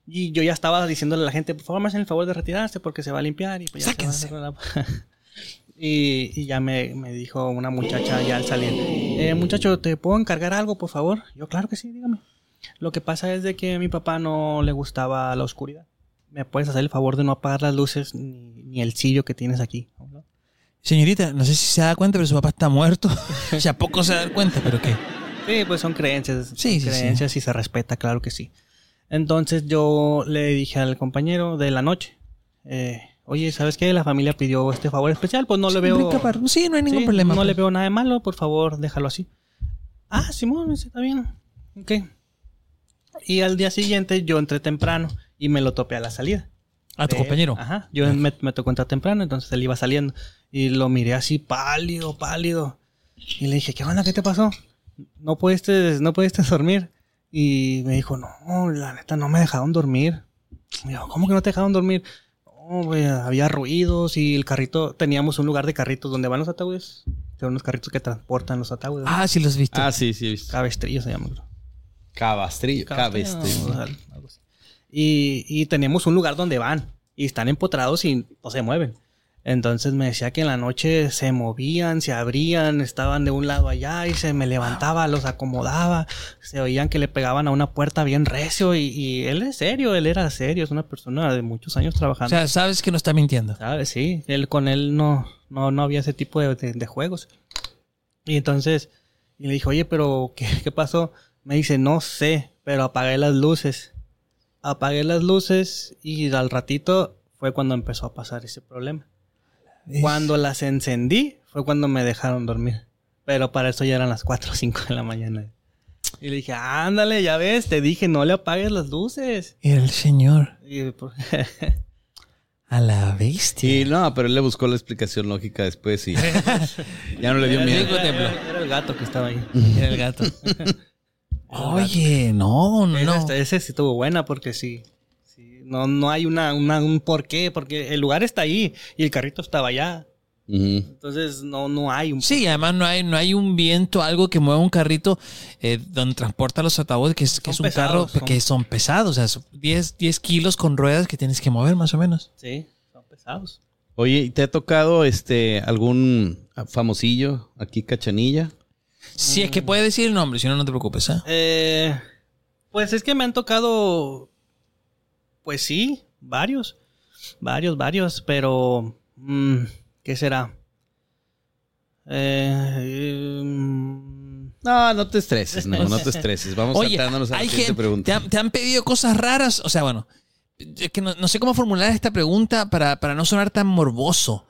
y yo ya estaba diciéndole a la gente, por favor, me hacen el favor de retirarse porque se va a limpiar y pues ya se va a
Sáquense.
cerrar la- y, y ya me, me dijo una muchacha ya al salir, "Eh, muchacho, ¿te puedo encargar algo, por favor? Yo, claro que sí, dígame. Lo que pasa es de que a mi papá no le gustaba la oscuridad. ¿Me puedes hacer el favor de no apagar las luces ni, ni el sillo que tienes aquí?
Señorita, no sé si se da cuenta, pero su papá está muerto. o sea, poco se da cuenta, pero qué.
Sí, pues son creencias. Sí,
Sí, sí,
creencias y se respeta, claro que sí. Entonces yo le dije al compañero de la noche, eh, oye, ¿sabes qué? La familia pidió este favor especial, pues no le veo...
Brinca para- Sí, no hay ningún
Sí,
problema.
No le
pues.
veo nada de malo, por favor, déjalo así. Ah, Simón, dice, está bien. Ok. Y al día siguiente yo entré temprano y me lo topé a la salida.
A tu
Eh,
compañero.
Ajá. Yo me, me tocó entrar temprano, entonces él iba saliendo. Y lo miré así pálido, pálido. Y le dije, ¿qué onda? ¿Qué te pasó? No pudiste, no pudiste dormir. Y me dijo, no, la neta, no me dejaron dormir. Y yo, ¿cómo que no te dejaron dormir? No, güey, había ruidos y el carrito, teníamos un lugar de carritos donde van los ataúdes. Son unos carritos que transportan los ataúdes.
Ah, sí, los viste.
Ah, sí, sí. he visto.
Cabestrillo se llama. creo.
Cabastrillo.
Cabestrillo,
Cabestrillo.
o sea, algo así. Y, y tenemos un lugar donde van y están empotrados y no se mueven. Entonces me decía que en la noche se movían, se abrían, estaban de un lado allá y se me levantaba, los acomodaba, se oían que le pegaban a una puerta bien recio y, y él es serio, él era serio, es una persona de muchos años
o
trabajando.
sea, sabes que no está mintiendo.
¿Sabes? Sí, él con él no, no, no había ese tipo de, de- de juegos. Y entonces, y le dije, oye, pero ¿qué, qué pasó? Me dice, no sé, pero apagué las luces. Apagué las luces y al ratito fue cuando empezó a pasar ese problema. Cuando las encendí fue cuando me dejaron dormir. Pero para eso ya eran las 4 o 5 de la mañana. Y le dije, ándale, ya ves, te dije, no le apagues las luces.
Era el señor.
Y, pues,
A la bestia.
Sí, no, pero él le buscó la explicación lógica después y ya no le dio
era,
miedo.
era- era- era el gato que estaba ahí.
Era el gato. Oye, no,
Ese,
no.
está- ese sí estuvo buena porque sí. sí, No, no hay una, una, un porqué, porque el lugar está ahí y el carrito estaba allá.
Ujú.
Entonces no, no hay un
Sí, además no hay, no hay un viento, algo que mueva un carrito eh, donde transporta los ataúdes, que es, que
Son
es un
pesados,
carro
son-
que son pesados, o sea, son 10, 10 kilos con ruedas que tienes que mover más o menos.
Sí, son pesados.
Oye, ¿y ¿te ha tocado este algún famosillo aquí, Cachanilla?
Si
Mm.
es que puede decir el nombre, si no, no te preocupes. ¿eh?
Eh, pues es que me han tocado, pues sí, varios, varios, varios, pero mm, ¿qué será? Eh, mm,
No, no te estreses, no, no te estreses. Vamos
Oye,
saltándonos a la
hay
siguiente
gente-
pregunta.
te, han, te han pedido cosas raras. O sea, bueno, es que no, no sé cómo formular esta pregunta para, para no sonar tan morboso.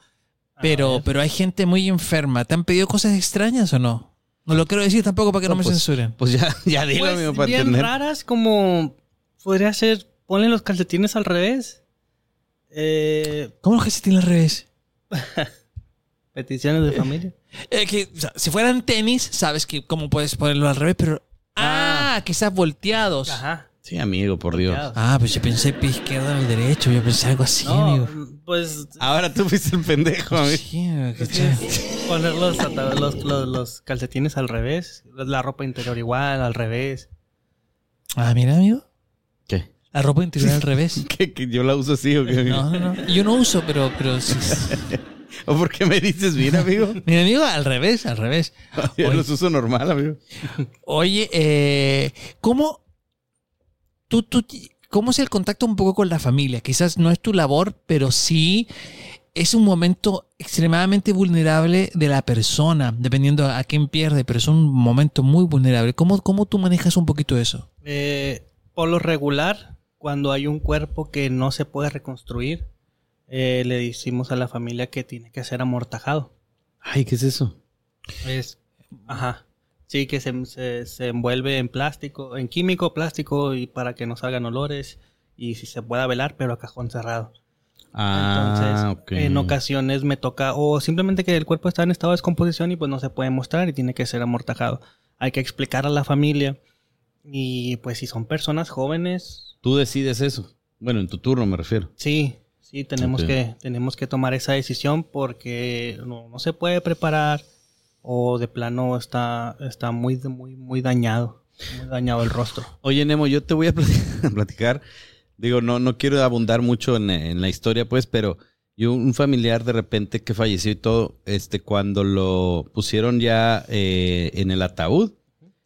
Ah,
Pero, pero hay gente muy enferma. ¿Te han pedido cosas extrañas o no? No lo quiero decir tampoco para que no,
No,
me
pues,
censuren.
Pues ya, ya dilo,
Pues,
amigo, para
bien
entender.
raras como podría ser, ponen los calcetines al revés. Eh,
¿Cómo que se tiene al revés?
peticiones de familia.
Eh, que, o sea, si fueran tenis, sabes que cómo puedes ponerlo al revés, pero. Ah, quizás volteados.
Ajá.
Sí, amigo, por Dios. Ah,
Claro.
Ah, pues yo pensé pie izquierdo en el derecho. Yo pensé algo así,
No,
amigo.
pues
Ahora tú fuiste el pendejo, amigo.
Sí, que-
es que poner los, ata- los, los- los calcetines al revés, la ropa interior igual, al revés.
Ah, mira, amigo.
¿Qué?
La ropa interior al revés.
¿Que, que yo la uso así o qué? amigo?
No, no, no. Yo no uso, pero, pero sí.
¿O por qué me dices bien, amigo?
Mi amigo, al revés, al revés.
Yo
Oye.
los uso normal, amigo.
Oye, eh, ¿cómo, tú, tú, ¿cómo es el contacto un poco con la familia? Quizás no es tu labor, pero sí es un momento extremadamente vulnerable de la persona, dependiendo a quién pierde, pero es un momento muy vulnerable. ¿Cómo, cómo tú manejas un poquito eso?
Eh, por lo regular, cuando hay un cuerpo que no se puede reconstruir, eh, le decimos a la familia que tiene que ser amortajado.
Ay, ¿qué es eso?
Es, ajá. Sí, que se, se- se envuelve en plástico, en químico, plástico, y para que no salgan olores, y si se pueda velar, pero a cajón cerrado.
Ah,
Entonces,
ok.
en ocasiones me toca, o simplemente que el cuerpo está en estado de descomposición y pues no se puede mostrar y tiene que ser amortajado. Hay que explicar a la familia. Y pues si son personas jóvenes,
Tú decides eso. Bueno, en tu turno me refiero.
Sí, sí, tenemos,
Ok.
que, tenemos que tomar esa decisión porque no, no se puede preparar o de plano está, está muy, muy, muy dañado, muy dañado el rostro.
Oye, Nemo, yo te voy a plati- platicar. Digo, no, no quiero abundar mucho en, en la historia, pues, pero yo, un familiar de repente que falleció y todo, este, cuando lo pusieron ya eh, en el ataúd,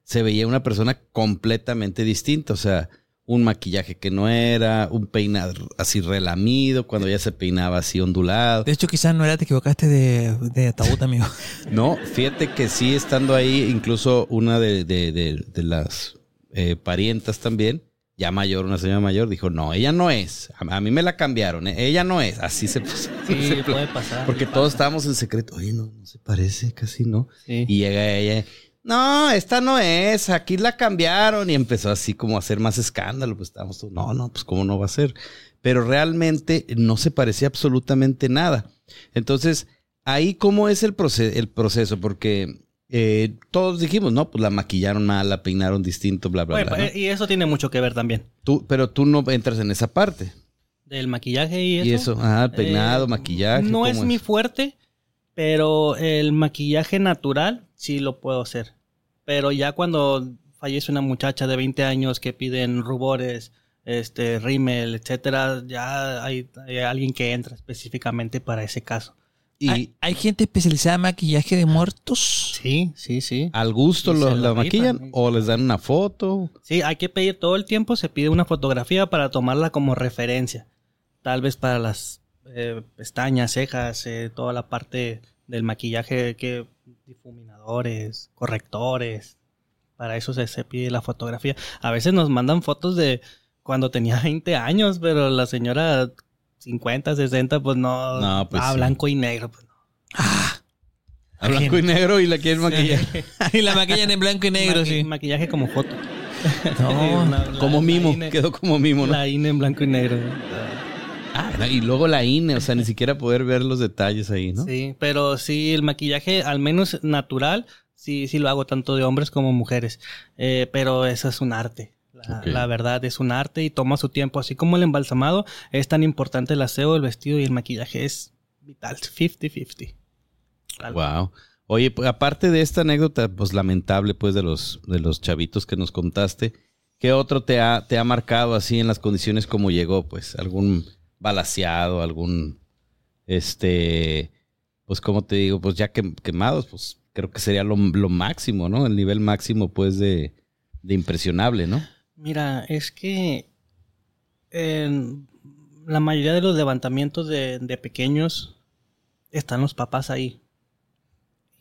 se veía una persona completamente distinta. O sea, un maquillaje que no era, un peinado así relamido, cuando ya se peinaba así ondulado.
De hecho, quizás no era, te equivocaste de, de ataúd, amigo.
No, fíjate que sí, estando ahí, incluso una de, de- de- de las eh, parientas también, ya mayor, una señora mayor, dijo, no, ella no es, a, a mí me la cambiaron, eh, ella no es, así se puso.
Sí, puede pasar.
Porque todos estábamos en secreto, oye, no, no se parece, casi no.
Sí.
Y llega ella, no, esta no es, aquí la cambiaron. Y empezó así como a hacer más escándalo. Pues estábamos todos, no, no, pues cómo no va a ser. Pero realmente no se parecía absolutamente nada. Entonces, ahí cómo es el, proce- el proceso, porque eh, todos dijimos, no, pues la maquillaron mal, la peinaron distinto, bla, bla,
Bueno,
bla.
pues,
¿no?
Y eso tiene mucho que ver también.
Tú, pero tú no entras en esa parte.
Del maquillaje y eso.
Y eso, ajá, el peinado,
Eh,
maquillaje.
No
¿cómo
es, mi fuerte, pero el maquillaje natural sí lo puedo hacer. Pero ya cuando fallece una muchacha de 20 años que piden rubores, este, rímel, etcétera, ya hay, hay alguien que entra específicamente para ese caso.
Y
¿Hay, hay gente especializada en maquillaje de muertos?
Sí, sí, sí.
al gusto
Y
lo-
se lo
la
rifan,
maquillan
¿no?
o les dan una foto.
Sí, hay que pedir todo el tiempo, se pide una fotografía para tomarla como referencia. Tal vez para las eh, pestañas, cejas, eh, toda la parte del maquillaje, que difuminadores, correctores. Para eso se, se pide la fotografía. A veces nos mandan fotos de cuando tenía 20 años, pero la señora 50, 60, pues no.
No, pues
ah,
sí.
blanco y negro. pues no.
Ah,
A blanco y negro y la quieren maquillar.
y la maquillan en blanco y negro,
Maqui-
sí.
Maquillaje como foto.
No,
La- la-
Como
la
mimo,
INE-
quedó como mimo, ¿no?
La E. INE en blanco y negro.
Ah, y luego la INE, o sea, ni siquiera poder ver los detalles ahí, ¿no?
Sí, pero sí, el maquillaje, al menos natural, sí, sí lo hago tanto de hombres como mujeres. Eh, pero eso es un arte. La,
Ok.
la verdad es un arte y toma su tiempo. Así como el embalsamado, es tan importante el aseo, el vestido y el maquillaje es vital. 50-50. Tal-
Wow. Oye, pues, aparte de esta anécdota, pues lamentable, pues, de los, de los chavitos que nos contaste, ¿qué otro te ha, te ha marcado así en las condiciones como llegó? Pues, algún balaseado, algún, este, pues, ¿cómo te digo? Pues ya quem- quemados, pues, creo que sería lo, lo máximo, ¿no? El nivel máximo, pues, de, de impresionable, ¿no?
Mira, es que en la mayoría de los levantamientos de, de pequeños están los papás ahí.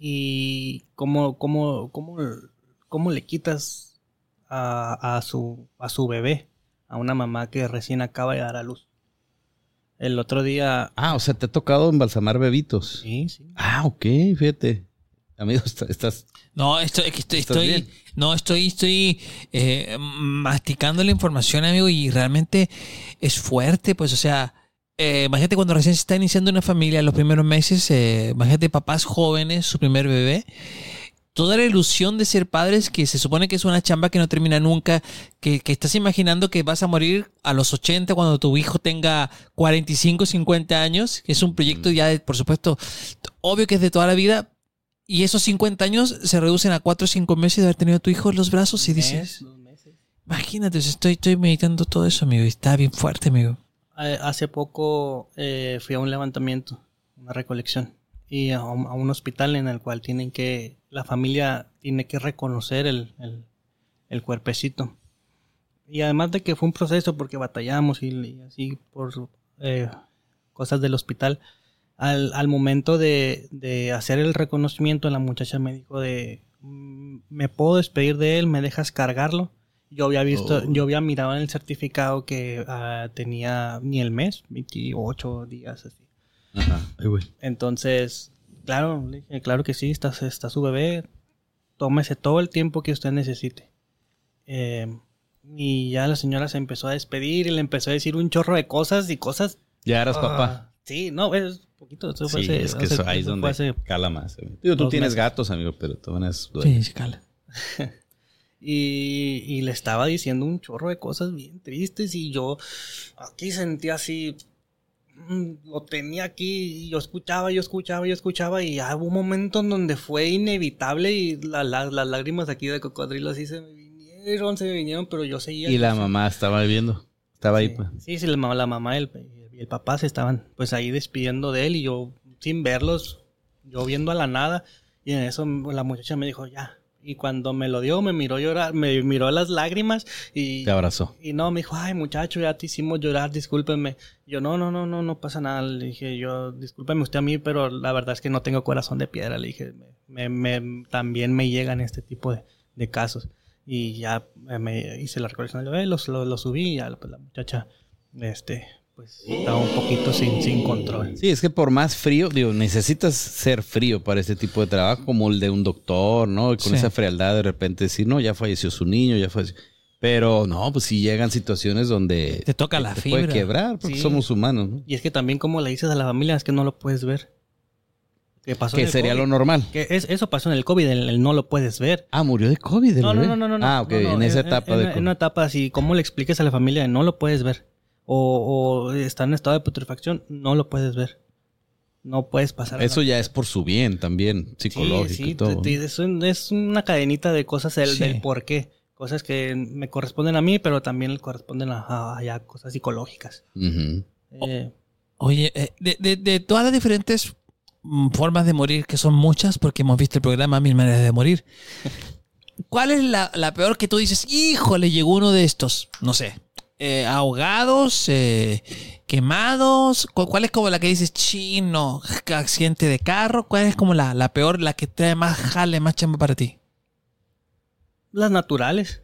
y cómo, cómo, cómo, cómo le quitas a, a su, a su bebé, a una mamá que recién acaba de dar a luz. El otro día...
Ah, o sea, te ha tocado embalsamar bebitos.
Sí, sí.
Ah, ok, fíjate. Amigo, está- estás.
No, esto, es que estoy,
¿Estás
estoy-
bien?
no, estoy, estoy eh, masticando la información, amigo, y realmente es fuerte, pues, o sea, eh, imagínate cuando recién se está iniciando una familia, los primeros meses, eh, imagínate papás jóvenes, su primer bebé, toda la ilusión de ser padres, que se supone que es una chamba que no termina nunca, que, que estás imaginando que vas a morir a los 80 cuando tu hijo tenga 45, 50 años, que es un proyecto ya, de- por supuesto, obvio que es de toda la vida, y esos 50 años se reducen a 4 o 5 meses de haber tenido a tu hijo en los brazos y
Un mes,
dices,
dos meses.
imagínate, o sea, estoy, estoy meditando todo eso, amigo, y está bien fuerte, amigo.
Eh, Hace poco eh, fui a un levantamiento, una recolección, y a un, a un hospital en el cual tienen que, la familia tiene que reconocer el, el- el cuerpecito. Y además de que fue un proceso porque batallamos y, y así por eh, cosas del hospital, al, al momento de, de hacer el reconocimiento, la muchacha me dijo de, "Mm, me puedo despedir de él, me dejas cargarlo. Yo había visto,
Oh.
yo había mirado en el certificado que ah, tenía ni el mes, 28 días así.
Ajá. Ay, güey.
Entonces, claro, le dije, claro que sí, está, está su bebé, tómese todo el tiempo que usted necesite. Eh, y ya la señora se empezó a despedir y le empezó a decir un chorro de cosas y cosas
Ya eras
Ah,
papá.
Sí, no, es poquito. Eso fue
Sí,
hace-
es que
hace-
eso ahí es
eso
donde
fue hace-
cala más. amigo. Digo, tú
dos
tienes
meses.
gatos, amigo, pero tú ganas
Sí, sí, cala.
y, y le estaba diciendo un chorro de cosas bien tristes y yo aquí sentía así, mm, lo tenía aquí y yo escuchaba, yo escuchaba, yo escuchaba y ya hubo un momento en donde fue inevitable y la- la- las lágrimas aquí de cocodrilo así se me vinieron, se me vinieron, pero yo seguía.
Y la mamá estaba viendo. Estaba ahí.
Sí,
pues.
Sí, sí, la mamá, la mamá y, el, y el papá se estaban pues ahí despidiendo de él y yo sin verlos, yo viendo a la nada y en eso la muchacha me dijo ya. Y cuando me lo dio me miró llorar, me miró las lágrimas y,
Te abrazó.
y no, me dijo, ay muchacho, ya te hicimos llorar, discúlpeme. Yo no, no, no, no, no pasa nada. Le dije yo, discúlpeme usted a mí, pero la verdad es que no tengo corazón de piedra. Le dije, me, me- me- también me llegan este tipo de, de casos y ya eh, me hice la recolección del bebé, los- lo, lo subí y ya pues, la muchacha este, pues, estaba un poquito sin, sin control.
Sí, es que por más frío, digo, necesitas ser frío para este tipo de trabajo, como el de un doctor, ¿no? Y con
Sí.
esa frialdad de repente decir, no, ya falleció su niño, ya falleció. Pero no, pues sí llegan situaciones donde
Te toca la
eh, te
fibra.
puede quebrar, porque
Sí.
somos humanos, ¿no?
Y es que también como le dices a la familia es que no lo puedes ver. ¿Qué pasó? en
Que
el
sería
COVID.
lo normal.
que es, eso pasó en el COVID, el- el no lo puedes ver.
Ah, murió de COVID. el
No, no,
bebé.
no, no, no, no.
Ah, ok,
no, no, eh,
en esa etapa
en,
de
en
COVID.
una etapa así, ¿cómo le expliques a la familia? No lo puedes ver. O, o está en estado de putrefacción, no lo puedes ver. No puedes pasar. a
Eso
la-
ya es por su bien también, psicológico
Sí, sí,
y todo.
te- te- es, un- es una cadenita de cosas del,
Sí.
del por qué. Cosas que me corresponden a mí, pero también le corresponden a, a- a ya cosas psicológicas.
Ujú.
Eh,
Oye, eh, de, de- de todas las diferentes mm, formas de morir, que son muchas, porque hemos visto el programa Mil Maneras de Morir, ¿cuál es la, la peor que tú dices, híjole, llegó uno de estos? No sé, eh, ahogados, eh, quemados, ¿cu- ¿cuál es como la que dices, chino, accidente de carro? ¿Cuál es como la, la peor, la que trae más jale, más chamba para ti?
las naturales,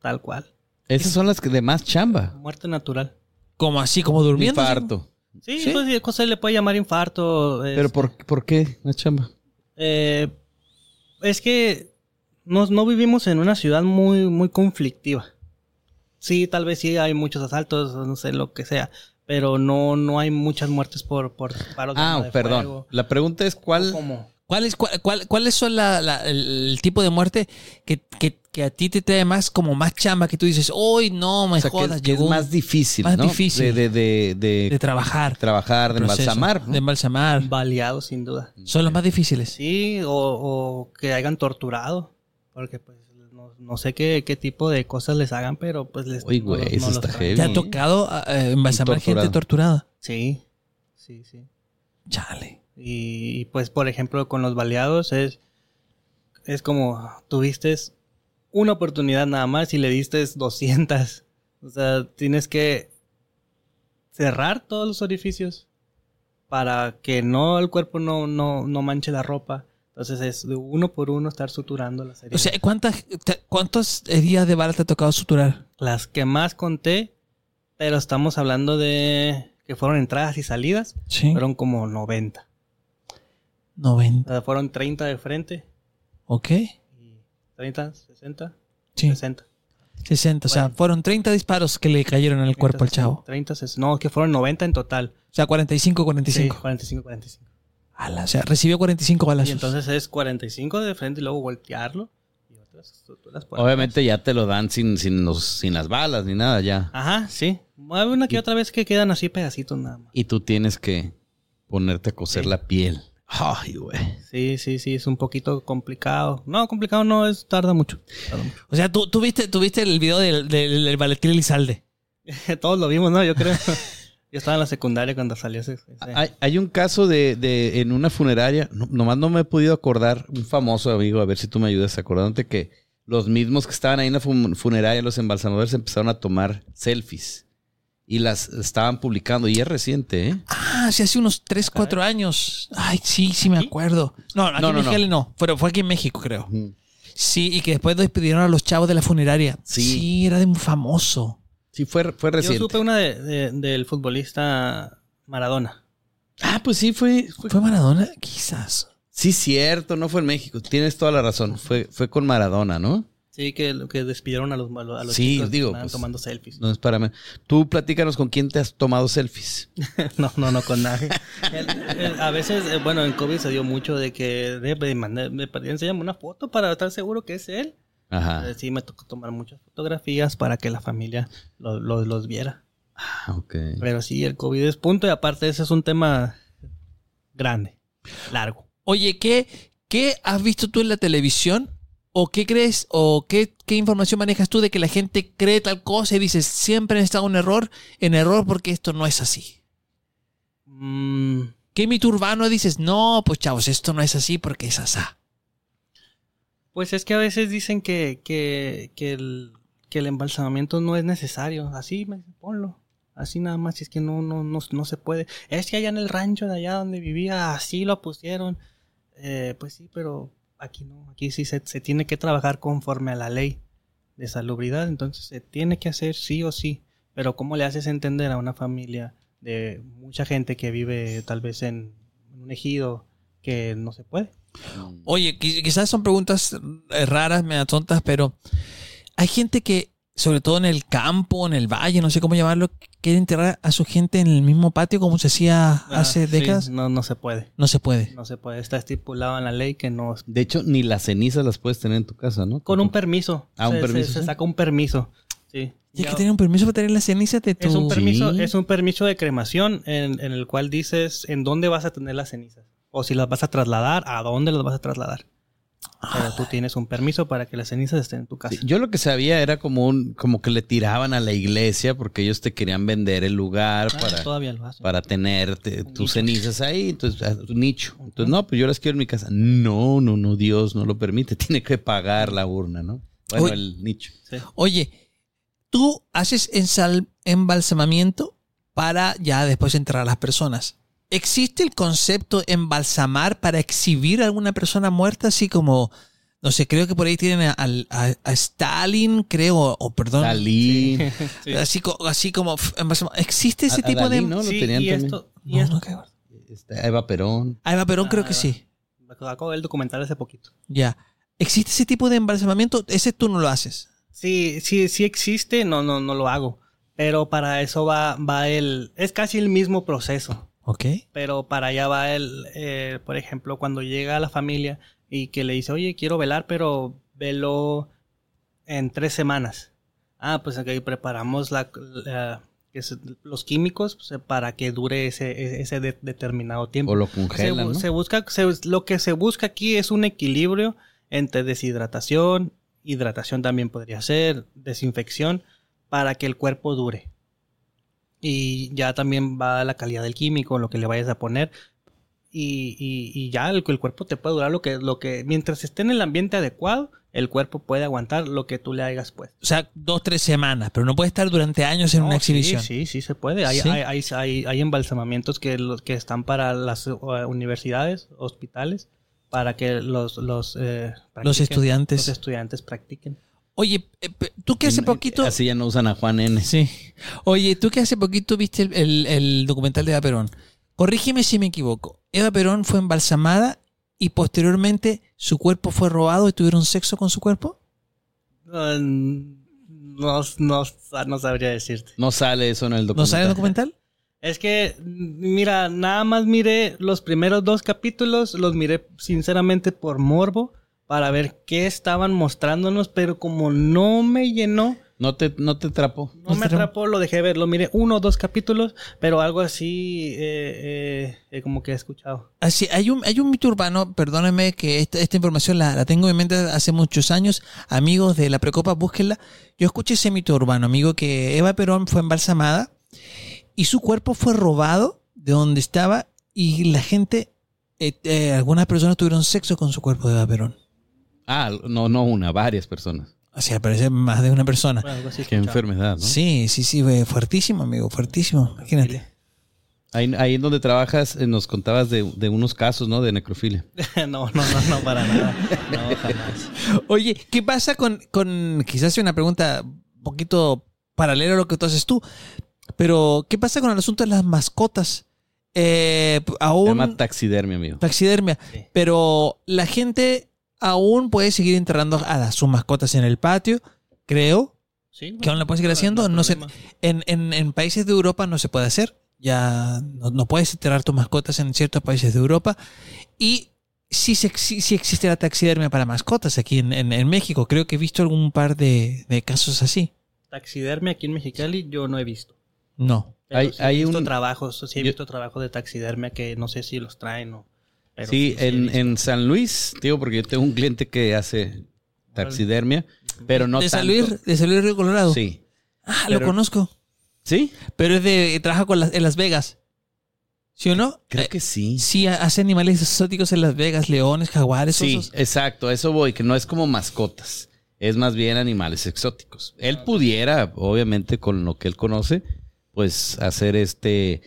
tal cual.
Esas son las que de más chamba.
Muerte natural.
Como así, como durmiendo. así como-
Infarto.
Sí,
Sí.
pues, cosas le puede llamar infarto.
Pero
este,
¿por, ¿por qué la chamba?
Eh, es que nos, no vivimos en una ciudad muy, muy conflictiva. Sí, tal vez sí hay muchos asaltos, no sé, lo que sea. Pero no, no hay muchas muertes por, por paros de arma
Ah,
de
perdón.
fuego.
La pregunta es cuál...
¿Cómo?
¿Cuál es, cuál, cuál- ¿Cuáles son la- la- el, el tipo de muerte que, que- que a ti te trae más como más chamba que tú dices, hoy no me
O sea, que
jodas,
es- que es
llegó
más difícil,
más
¿no?
difícil.
De, de- de- de
de trabajar,
trabajar, de
proceso,
embalsamar. ¿no?
de embalsamar.
Baleados, sin duda.
Son los más difíciles.
Sí, o, o que hayan torturado. Porque, pues, no, no sé qué, qué tipo de cosas les hagan, pero pues les.
Uy,
no
güey,
los-
eso
no los
está heavy.
traen.
¿Te ha tocado eh, embalsamar
Torturado.
gente torturada?
Sí, sí, sí.
Chale.
Y, pues, por ejemplo, con los baleados es, es como tuviste una oportunidad nada más y le diste 200. O sea, tienes que cerrar todos los orificios para que no el cuerpo no, no, no manche la ropa. Entonces es de uno por uno estar suturando las
O
heridas.
sea, ¿cuántas, te- ¿cuántas heridas de bala te ha tocado suturar?
las que más conté, pero estamos hablando de que fueron entradas y salidas,
Sí.
fueron como 90.
90.
O sea, fueron 30 de frente,
Ok.
y 30, 60,
Sí.
60.
60. O sea,
Bueno.
fueron 30 disparos que le cayeron en el cuerpo al
30,
chavo.
30, 60. No, que fueron 90 en total.
O sea, 45,
Sí,
45.
45, 45.
Ala, o sea, recibió 45 balas.
Y entonces es 45 de frente y luego voltearlo y otras estructuras por atrás.
Obviamente ya te lo dan sin, sin, los, sin las balas ni nada ya.
Ajá, sí. Hay una que otra vez que quedan así pedacitos nada más.
Y tú tienes que ponerte a coser
Sí.
la piel. Ay, güey.
Sí, sí, sí, es un poquito complicado. No, complicado no, es tarda mucho. Tarda mucho.
O sea, tú, tú viste, tú viste el video del, del, del Valentín Elizalde.
Todos lo vimos, ¿no? Yo creo. Yo estaba en la secundaria cuando salió ese. ese.
Ah,
Hay, hay un caso de, de- en una funeraria, no- nomás no me he podido acordar, un famoso amigo, a ver si tú me ayudas acordándote que los mismos que estaban ahí en la fun- funeraria, los embalsamadores, empezaron a tomar selfies y las estaban publicando y es reciente, ¿eh?
Ah, sí, hace unos 3, 4 años. Ay, sí, sí me acuerdo. No, aquí
No, no,
en
no.
Mexicali no. Pero fue aquí en México, creo. Sí, y que después despidieron a los chavos de la funeraria.
Sí.
era de un famoso.
Sí, fue, fue
Yo
reciente.
supe una de- de- del futbolista Maradona.
Ah, pues sí, fue, fue-
¿Fue Maradona? Quizás.
Sí, cierto, no fue en México. Tienes toda la razón. Fue, fue con Maradona, ¿no?
Sí, que, que despidieron a los, a los- a los
Sí,
chicos
digo,
que estaban
pues-
tomando selfies.
No es para mí. Tú platícanos con quién te has tomado selfies.
No, no, no, con nadie. El- el- a veces, eh, bueno, en COVID se dio mucho de que de, de mandar- me perdí, enséñame una foto para estar seguro que es él.
Ajá.
Eh, Sí, me tocó tomar muchas fotografías para que la familia lo- lo- los viera.
Ah, ok.
Pero sí, el COVID es punto y aparte ese es un tema grande, largo.
Oye, ¿qué, ¿qué has visto tú en la televisión? ¿O qué crees? ¿O qué, qué información manejas tú de que la gente cree tal cosa y dices, siempre han estado en error, en error porque esto no es así?
Mm,
¿Qué mito urbano dices, no, pues chavos, esto no es así porque es asá?
pues es que a veces dicen que, que, que, el, que el embalsamamiento no es necesario. Así, me- ponlo. Así nada más, es que no, no, no, no se puede. Es que allá en el rancho de allá donde vivía, así lo pusieron. Eh, pues sí, pero aquí no. Aquí sí se, se tiene que trabajar conforme a la ley de salubridad. Entonces se tiene que hacer sí o sí. Pero ¿cómo le haces entender a una familia de mucha gente que vive tal vez en un ejido que no se puede?
Oye, qui- quizás son preguntas eh, raras, me tontas, pero hay gente que, sobre todo en el campo, en el valle, no sé cómo llamarlo, quiere enterrar a su gente en el mismo patio como se hacía hace
Ah, sí,
décadas.
no, no se puede.
No se puede.
No se puede. Está estipulado en la ley que no.
De hecho, ni las cenizas las puedes tener en tu casa, ¿no?
Con un permiso.
Ah, un
Se- se-
permiso,
Se,
sí.
saca un permiso. Sí.
Tienes
Ya-
que tener un permiso para tener las cenizas de tu...
es un permiso,
Sí.
es un permiso de cremación en, en el cual dices en dónde vas a tener las cenizas. O si las vas a trasladar, a dónde las vas a trasladar. Pero tú tienes un permiso para que las cenizas estén en tu casa.
Sí, Yo lo que sabía era como un, como que le tiraban a la iglesia porque ellos te querían vender el lugar
Ah,
para,
todavía lo hacen.
para tener te-
Un
tus
nicho.
cenizas ahí, entonces a tu nicho. Entonces,
Ujú.
no, pues yo las quiero en mi casa. No, no, no, Dios no lo permite. Tiene que pagar la urna, ¿no? Bueno,
Uy.
el nicho.
Sí.
Oye, tú haces ensal- embalsamamiento para ya después entrar a las personas. ¿Existe el concepto embalsamar para exhibir a alguna persona muerta? Así como, no sé, creo que por ahí tienen a, al- a- a Stalin, creo, o perdón.
Dalí.
Sí.
Así, co- así como f- embalsamar. ¿Existe ese
A- a
tipo
Dalí,
de...?
Ah,
em-,
¿no? Lo
Sí,
tenían
y
también.
esto, y
No,
esto-
no, qué barbaridad.
Está este, Eva Perón.
Ah, Eva Perón creo
Ah,
que
Eva.
sí.
me acabo del documental hace poquito.
Ya. ¿Existe ese tipo de embalsamamiento? Ese tú no lo haces.
Sí, sí, sí existe, no, no, no lo hago. Pero para eso va, va el, es casi el mismo proceso.
¿Ok?
Pero para allá va el, eh, por ejemplo, cuando llega la familia y que le dice, oye, quiero velar, pero velo en tres semanas. Ah, pues aquí preparamos la, la- que se- los químicos pues, para que dure ese, e, ese de- determinado tiempo
O lo
se,
congelan,
bu-
¿no?
se busca se- lo que se busca aquí es un equilibrio entre deshidratación hidratación también podría ser desinfección para que el cuerpo dure y ya también va la calidad del químico lo que le vayas a poner y, y- y ya el, el cuerpo te puede durar lo que lo que mientras esté en el ambiente adecuado el cuerpo puede aguantar lo que tú le pues. hayas puesto
O sea, dos, tres semanas, pero no puede estar durante años en
no,
una
sí,
exhibición.
Sí, sí, se puede. Hay,
¿Sí?
hay, hay, hay- hay embalsamamientos que, los que están para las eh, universidades, uh, hospitales, para que los, los, eh,
Los
practiquen,
estudiantes.
los estudiantes practiquen.
Oye, eh, pe- tú que hace poquito.
Así ya no usan a Juan N.
Sí. Oye, tú que hace poquito viste el, el- el documental de Eva Perón. Corrígeme si me equivoco. Eva Perón fue embalsamada y posteriormente su cuerpo fue robado y tuvieron sexo con su cuerpo.
No, no, no, no sabría decirte.
No sale eso en el documental.
¿No sale el documental?
Es que, mira, nada más miré los primeros dos capítulos, los miré sinceramente por morbo, para ver qué estaban mostrándonos, pero como no me llenó,
No te, no te trapo.
no me atrapó, lo dejé ver, lo miré uno o dos capítulos, pero algo así eh, eh, eh, como que he escuchado.
Así, Ah, hay un, hay un mito urbano, perdónenme que esta, esta información la, la tengo en mente hace muchos años. Amigos de la Precopa, búsquenla. Yo escuché ese mito urbano, amigo, que Eva Perón fue embalsamada y su cuerpo fue robado de donde estaba y la gente, eh, eh, algunas personas tuvieron sexo con su cuerpo de Eva Perón.
Ah, no, no una, varias personas.
O sea, parece más de una persona.
Bueno, algo así
Qué
escuchaba.
enfermedad, ¿no?
Sí, sí, sí, fue fuertísimo, amigo, fuertísimo. Imagínate.
Ahí, ahí en donde trabajas eh, nos contabas de, de unos casos, ¿no? De necrofilia.
no, no, no, no, para nada. No, jamás.
Oye, ¿qué pasa con, con quizás sea una pregunta un poquito paralela a lo que tú haces tú, pero ¿qué pasa con el asunto de las mascotas? Eh, p-
Se
aún
llama taxidermia, amigo.
taxidermia,
Sí.
pero la gente aún puede seguir enterrando a las- sus mascotas en el patio, creo.
Sí,
¿Qué aún la puedes seguir haciendo? No sé.
problema.
En, en- en países de Europa no se puede hacer. Ya no, no puedes enterrar tus mascotas en ciertos países de Europa. Y sí, se, sí- sí existe la taxidermia para mascotas aquí en, en- en México. Creo que he visto algún par de, de casos así.
Taxidermia aquí en Mexicali yo no he visto.
No.
Pero
Hay-
sí
hay
he visto
un-
trabajos, sí he
Yo-
visto trabajos de taxidermia que no sé si los traen o... pero
sí,
he
en,
visto.
en San Luis, digo, porque yo tengo un cliente que hace taxidermia, pero no
de, San
tanto.
Luis, de San Luis Río Colorado.
Sí.
Ah,
Pero-
lo conozco.
¿Sí?
Pero es de. Trabaja con las- en Las Vegas. ¿Sí o no?
Creo
Eh,
que sí.
sí, ha- hace animales exóticos en Las Vegas, leones, jaguares,
Sí,
osos.
exacto, a eso voy, que no es como mascotas, es más bien animales exóticos. Él pudiera, obviamente, con lo que él conoce, pues hacer este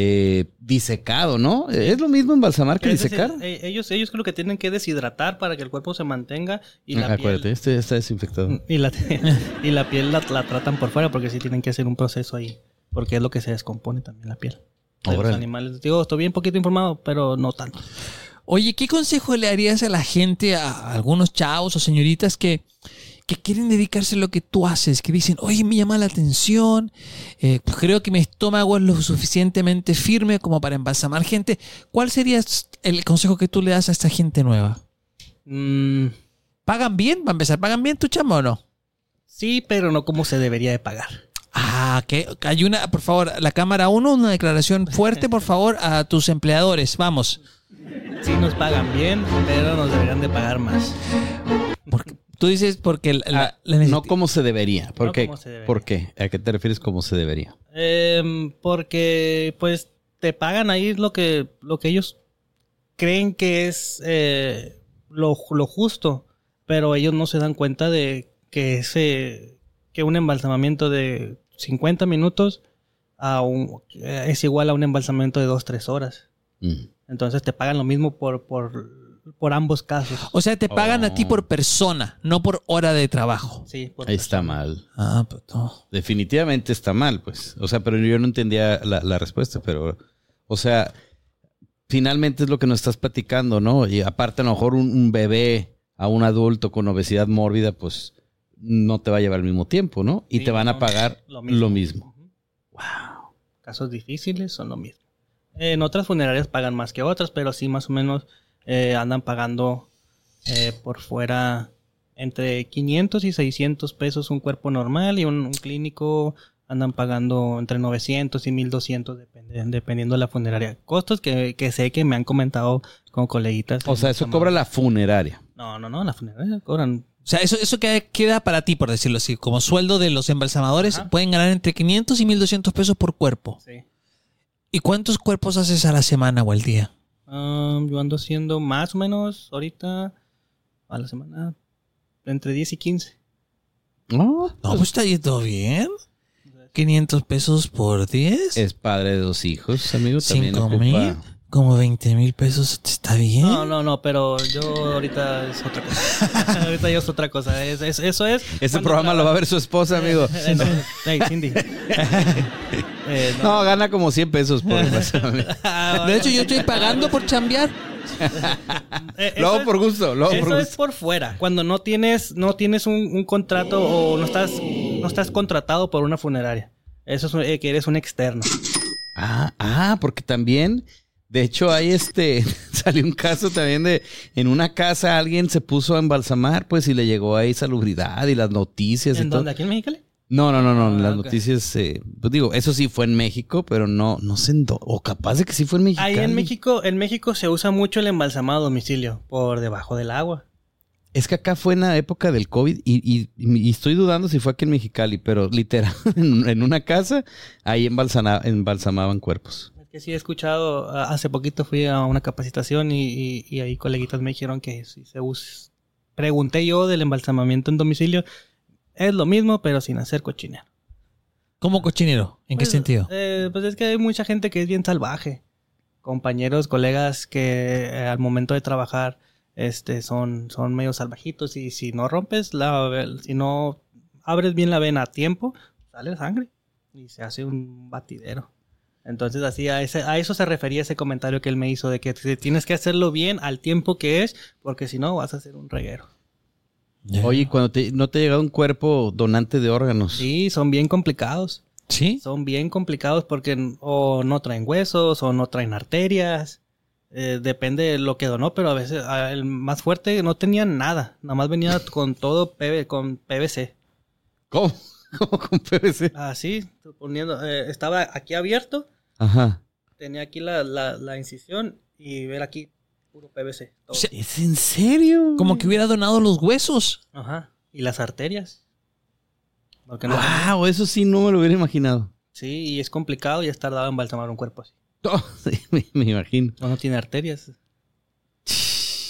eh, disecado, ¿no? Es lo mismo embalsamar que
Es decir,
disecar.
eh, ellos, ellos creo que tienen que deshidratar para que el cuerpo se mantenga y la Mm,
Acuérdate, este ya está desinfectado.
piel... Y la, y la piel la, la tratan por fuera porque sí tienen que hacer un proceso ahí. Porque es lo que se descompone también la piel. De los
Órale.
animales. Digo, estoy bien poquito informado, pero no tanto.
Oye, ¿qué consejo le harías a la gente, a algunos chavos o señoritas que, que quieren dedicarse a lo que tú haces? Que dicen, oye, me llama la atención, eh, creo que mi estómago es lo suficientemente firme como para embalsamar gente. ¿Cuál sería el consejo que tú le das a esta gente nueva?
Mm,
¿Pagan bien? ¿Va a empezar? ¿Pagan bien tu chamo o no?
sí, pero no como se debería de pagar.
Ah, que hay una, por favor, la cámara 1, una declaración fuerte, por favor, a tus empleadores. Vamos.
Sí nos pagan bien, pero nos deberían de pagar más.
Porque, tú dices porque la, la-
Ah,
la
no
necesidad-
como se debería. ¿Por
No
qué?
como se debería.
¿Por qué? ¿A qué te refieres como se debería?
Em, porque pues te pagan ahí lo que, lo que ellos creen que es eh, lo, lo justo, pero ellos no se dan cuenta de que ese que un embalsamamiento de 50 minutos a un- eh, es igual a un embalsamamiento de 2-3 horas.
Mm.
Entonces te pagan lo mismo por, por, por ambos casos.
O sea, te pagan a ti
Oh.
por persona, no por hora de trabajo.
Sí, por
Ahí está
persona.
mal.
Ah, pues no.
Definitivamente está mal, pues. O sea, pero yo no entendía la, la respuesta, pero, o sea, finalmente es lo que nos estás platicando, ¿no? Y aparte, a lo mejor un, un bebé a un adulto con obesidad mórbida, pues no te va a llevar al mismo tiempo, ¿no? Y
Sí,
te van a
no,
pagar lo mismo.
Ujú. Casos difíciles son lo mismo. En otras funerarias pagan más que otras, pero sí más o menos eh, andan pagando eh, por fuera entre 500 y 600 pesos un cuerpo normal y un, un clínico andan pagando entre 900 y 1200 depende- dependiendo de la funeraria. Costos que, que sé que me han comentado con coleguitas.
O sea, eso cobra la funeraria.
No, no, no, la funeraria cobran
O sea, eso, eso queda, queda para ti, por decirlo así. Como sueldo de los embalsamadores,
Ajá.
pueden ganar entre 500 y 1200 pesos por cuerpo.
sí.
¿Y cuántos cuerpos haces a la semana o al día?
Um, yo ando haciendo más o menos ahorita a la semana entre 10 y 15.
No,
No, pues está yendo bien. 500 pesos por 10.
Eh. es padre de dos hijos, amigo. También
Cinco
ocupa
mil. Como 20 mil pesos está bien.
No, no, no, pero yo ahorita es otra cosa. ahorita yo es otra cosa. Es- es- eso es.
Este
cuando
programa lo va a
traba-
ver su esposa, amigo.
Eh, no, hey, Cindy. Eh, no.
No, gana como 100 pesos por pasarme.
Ah,
De hecho, yo estoy pagando por chambear.
eh, eso
Luego
es-
por gusto, luego por
Eso es
gusto.
por fuera. Cuando no tienes, no tienes un, un contrato o no estás, no estás contratado por una funeraria. Eso es un- eh, que eres un externo.
Ah, ah, porque también, de hecho, hay este, salió un caso también de, en una casa alguien se puso a embalsamar, pues, y le llegó ahí salubridad y las noticias y
¿En
todo.
dónde? ¿Aquí en Mexicali?
No, no, no, no,
Ah,
las
ok.
noticias, eh, pues digo, eso sí fue en México, pero no, no sé en dónde, o capaz de que sí fue en México.
Ahí en México, en México se usa mucho el embalsamado a domicilio, por debajo del agua.
Es que acá fue en la época del COVID y, y- y estoy dudando si fue aquí en Mexicali, pero literal, en, en una casa, ahí embalsana- embalsamaban cuerpos.
Es que sí he escuchado, a- hace poquito fui a una capacitación y, y- y ahí coleguitas me dijeron que sí se usa. Pregunté yo del embalsamamiento en domicilio. Es lo mismo, pero sin hacer cochinero.
¿Como cochinero? ¿En qué
Pues,
sentido?
eh, pues es que hay mucha gente que es bien salvaje. Compañeros, colegas que eh, al momento de trabajar este, son, son medio salvajitos y si no rompes la... Si no abres bien la vena a tiempo, sale sangre y se hace un batidero. Entonces así a, ese- a eso se refería ese comentario que él me hizo de que te- tienes que hacerlo bien al tiempo que es porque si no vas a hacer un reguero.
Ya.
eh, Oye, cuando te, no te ha llegado un cuerpo donante de órganos.
Sí, son bien complicados.
¿Sí?
Son bien complicados porque n- o no traen huesos o no traen arterias. Eh, depende de lo que donó, pero a veces a- el más fuerte no tenía nada. Nada más venía con todo PV, con PVC.
¿Cómo? ¿Cómo con PVC?
Así, suponiendo, eh, estaba aquí abierto,
Ajá.
tenía aquí la, la- la incisión y ver aquí puro PVC. todo.
Sí.
¿Es en serio?
Como que hubiera donado los huesos.
Ajá. Y las arterias. Porque no-
Wow, eso sí no me lo hubiera imaginado.
Sí, y es complicado y es tardado en embalsamar un cuerpo así.
No, sí, me, me imagino.
No, no tiene arterias.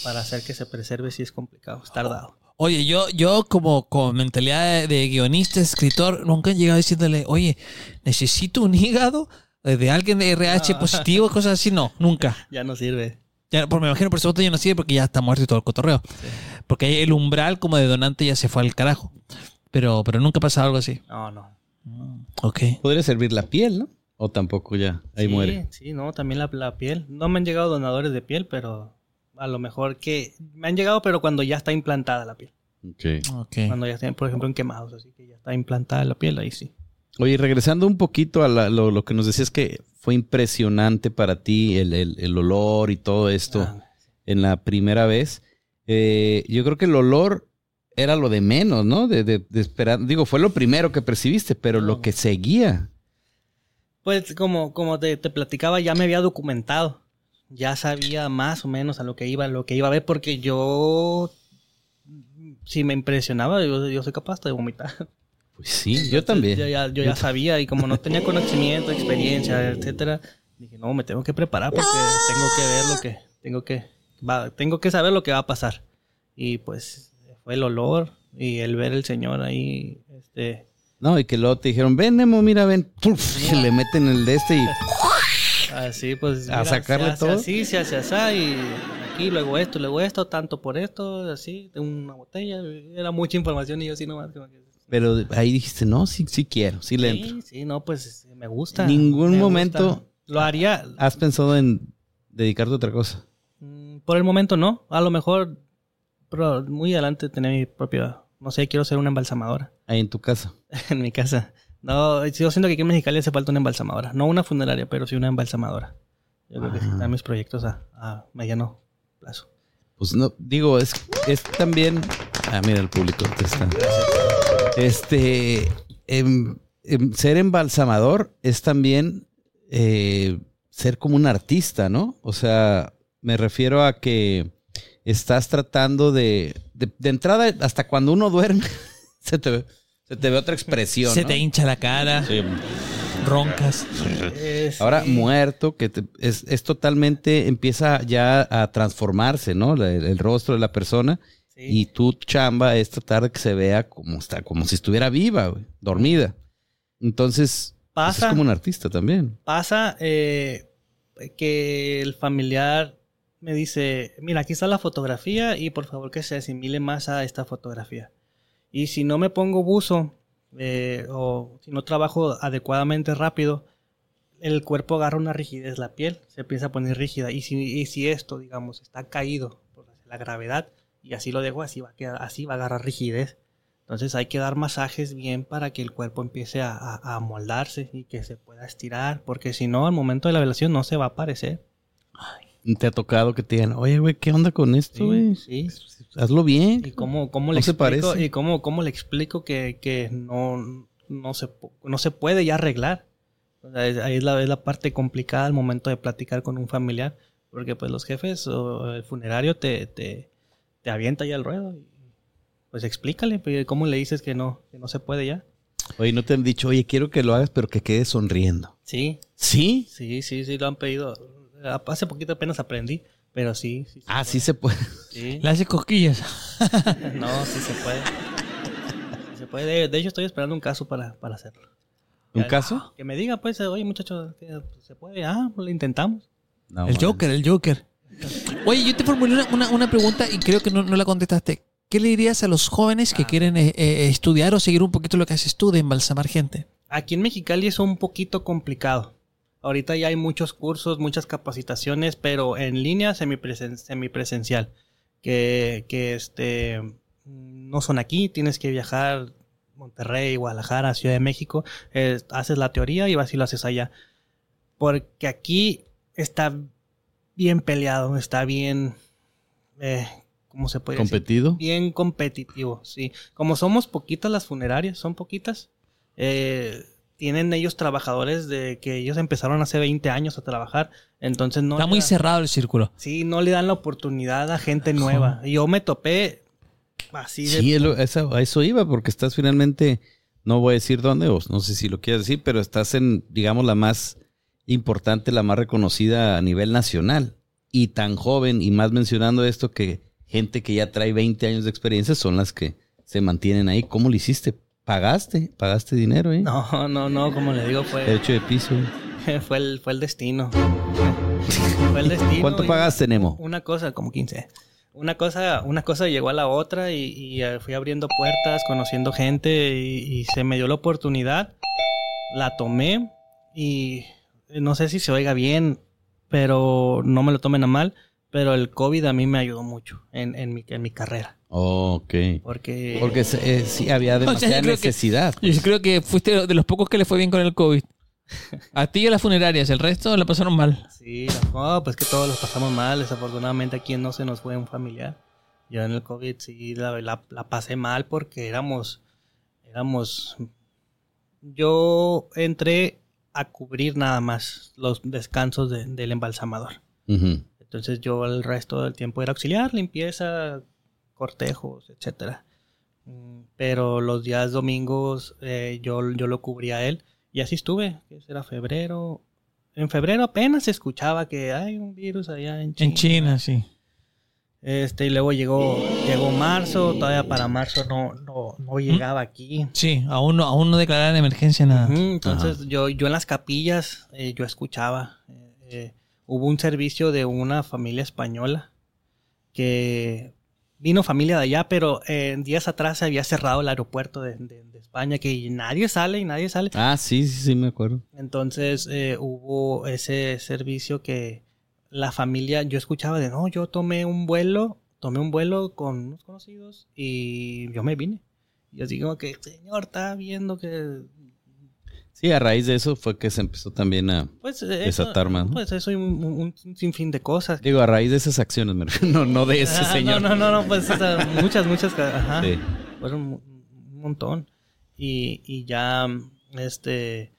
Para hacer que se preserve sí es complicado, es tardado.
Oye, yo, yo como con mentalidad de, de guionista, escritor, nunca he llegado diciéndole, oye, necesito un hígado eh, de alguien de RH
Ah.
positivo, cosas así. No, nunca.
Ya no sirve.
Ya, por, me imagino, por supuesto, ya no sirve porque ya está muerto y todo el cotorreo. Porque el umbral como de donante ya se fue al carajo. Pero, pero nunca ha pasado algo así.
No, no.
Ok.
Podría servir la piel, ¿no? O tampoco ya, ahí
sí,
muere.
Sí, no, también la, la piel. No me han llegado donadores de piel, pero a lo mejor que me han llegado, pero cuando ya está implantada la piel.
Ok.
Ok.
Cuando ya estén, por ejemplo, en quemados, así que ya está implantada la piel, ahí sí.
Oye, regresando un poquito a la- lo, lo que nos decías que fue impresionante para ti el, el- el olor y todo esto
Ah,
en la primera vez. Eh, yo creo que el olor era lo de menos, ¿no? De, de- de esperar. Digo, fue lo primero que percibiste, pero lo que seguía.
Pues como, como te, te platicaba, ya me había documentado. Ya sabía más o menos a lo que iba, lo que iba a ver, porque yo si me impresionaba, yo, yo soy capaz de vomitar.
Pues sí, yo también.
Yo ya, yo ya sabía y como no tenía conocimiento, experiencia, etcétera, dije, no, me tengo que preparar porque tengo que ver lo que, tengo que, va- tengo que saber lo que va a pasar. Y pues fue el olor y el ver el señor ahí, este,
No, y que luego te dijeron, ven, Nemo, mira, ven. Puf, y le meten el de este y...
así pues.
¿A sacarle
se hace
todo?
Así, se hace así, y aquí, luego esto, luego esto, tanto por esto, así, de una botella, era mucha información y yo así nomás. como que-
Pero ahí dijiste, no, sí, sí quiero, sí le entro.
Sí, sí, no, pues me gusta.
En ningún
me gusta.
momento-
Lo haría,
¿Has pensado en dedicarte a otra cosa?
Mm, Por el momento no. A lo mejor pero muy adelante tener mi propia... No sé, quiero ser una embalsamadora
Ahí en tu casa.
en mi casa. No, yo siento que aquí en Mexicali hace falta una embalsamadora. No una funeraria, pero sí una embalsamadora. Yo creo que sí,
Ajá.
están mis proyectos a, a mediano plazo.
Pues no, digo, es, es también. Ah, mira, el público te está. Este. em, em, ser embalsamador es también eh, ser como un artista, ¿no? O sea, me refiero a que estás tratando de. De, de entrada, hasta cuando uno duerme, se te, ve- se te ve otra expresión.
Se
¿no?
te hincha la cara, roncas.
Es-
Ahora muerto, que te- es, es totalmente, empieza ya a transformarse, ¿no? La- el rostro de la persona.
sí.
Y tu chamba es tratar de que se vea como está, como si estuviera viva, güey, dormida. Entonces, pues,
pasa,
es como un artista también.
pasa, eh, que el familiar me dice, mira, aquí está la fotografía y por favor que se asimile más a esta fotografía. Y si no me pongo buzo eh, o si no trabajo adecuadamente rápido, el cuerpo agarra una rigidez, la piel se empieza a poner rígida. Y si, y si esto, digamos, está caído por la gravedad y así lo dejo, así va a, quedar, así va a agarrar rigidez. Entonces hay que dar masajes bien para que el cuerpo empiece a, a, a moldarse y que se pueda estirar, porque si no, al momento de la velación no se va a aparecer.
Te ha tocado que te digan, oye, güey, ¿qué onda con esto, güey?
sí.
Hazlo bien.
¿Y cómo, cómo
¿No
le
se
explico,
parece?
y cómo, cómo le explico que, que no, no, se, pu- no se puede ya arreglar? O sea, es- ahí es la, es la parte complicada al momento de platicar con un familiar, porque pues los jefes o el funerario te, te, te avienta ya el ruedo. Y, pues explícale, pues, ¿cómo le dices que no, que no se puede ya?
Oye, no te han dicho, oye, quiero que lo hagas, pero que quedes sonriendo.
Sí,
¿Sí?
sí, sí, sí, lo han pedido. Hace poquito apenas aprendí, pero sí. sí se
Ah,
puede.
sí se puede.
Sí.
Le hace cosquillas.
No, sí se puede. Sí se puede. De, de hecho, estoy esperando un caso para, para hacerlo.
¿Un
Ya,
caso?
Que me diga, pues, oye, muchacho, que ¿se puede? Ah, pues, lo intentamos.
No,
El
man.
Joker, el Joker. Oye, yo te formulé una, una- una pregunta y creo que no, no la contestaste. ¿Qué le dirías a los jóvenes que quieren eh, eh, estudiar o seguir un poquito lo que haces tú de embalsamar gente?
Aquí en Mexicali es un poquito complicado. Ahorita ya hay muchos cursos, muchas capacitaciones, pero en línea semipresen- semipresencial. Que, que este no son aquí, tienes que viajar Monterrey, Guadalajara, Ciudad de México, eh, haces la teoría y vas y lo haces allá. Porque aquí está bien peleado, está bien, eh, ¿cómo se puede decir?
¿Competido?
Bien competitivo, sí. Como somos poquitas las funerarias, son poquitas, eh, tienen ellos trabajadores de que ellos empezaron hace 20 años a trabajar, entonces no...
Está
le
muy
da-
cerrado el círculo.
Sí, no le dan la oportunidad a gente nueva. Yo me topé así de...
Sí, es lo- esa- a eso iba, porque estás finalmente, no voy a decir dónde, o no sé si lo quieres decir, pero estás en, digamos, la más importante, la más reconocida a nivel nacional. Y tan joven, y más mencionando esto, que gente que ya trae 20 años de experiencia son las que se mantienen ahí. ¿Cómo lo hiciste? ¿Pagaste? ¿Pagaste dinero, eh?
No, no, no, como le digo, fue,
Derecho de piso.
fue, el, fue el destino. fue el destino.
¿Cuánto
eh.
y-
pagaste, Nemo?
Una cosa, como 15. Una cosa, una cosa llegó a la otra y, y, eh, fui abriendo puertas, conociendo gente y, y se me dio la oportunidad. La tomé y eh, no sé si se oiga bien, pero no me lo tomen a mal. Pero el COVID a mí me ayudó mucho en, en, mi, en mi carrera.
Ok.
Porque,
Porque se- eh, sí había
sea, yo
demasiada
creo que-
necesidad. pues.
Yo creo que fuiste de los pocos que le fue bien con el COVID. A ti y a las funerarias, el resto la pasaron mal.
Sí, no, pues que todos los pasamos mal. Desafortunadamente aquí no se nos fue un familiar. Yo en el COVID sí la, la- la pasé mal porque éramos, éramos... Yo entré a cubrir nada más los descansos de- del embalsamador.
Ujú.
Entonces yo el resto del tiempo era auxiliar, limpieza, cortejos, etcétera. Mm, Pero los días domingos eh, yo, yo lo cubría a él y así estuve. que Era febrero. En febrero apenas se escuchaba que hay un virus allá en China.
En China, sí.
Este, y luego llegó, llegó marzo, todavía para marzo no, no, no llegaba aquí.
Sí, aún no, aún no declararon emergencia nada.
Ujú, Entonces yo, yo en las capillas eh, yo escuchaba, eh, eh, hubo un servicio de una familia española que vino familia de allá, pero eh, días atrás se había cerrado el aeropuerto de, de- de España, que nadie sale y nadie sale.
Ah, sí, sí, sí, me acuerdo.
Entonces eh, hubo ese servicio que la familia, yo escuchaba de, no, yo tomé un vuelo, tomé un vuelo con unos conocidos y yo me vine. Yo digo que, señor, está viendo que
Sí, a raíz de eso fue que se empezó también a...
Pues,
Desatar más, ¿no?
Pues eso y un, un- un sinfín de cosas.
Digo, a raíz de esas acciones, me refiero. no, no de ese
Ah,
señor. Ah.
No, no, no, no, pues o sea, muchas, muchas. ca- Ajá.
Sí.
Fueron un, un montón. Y, y ya, este,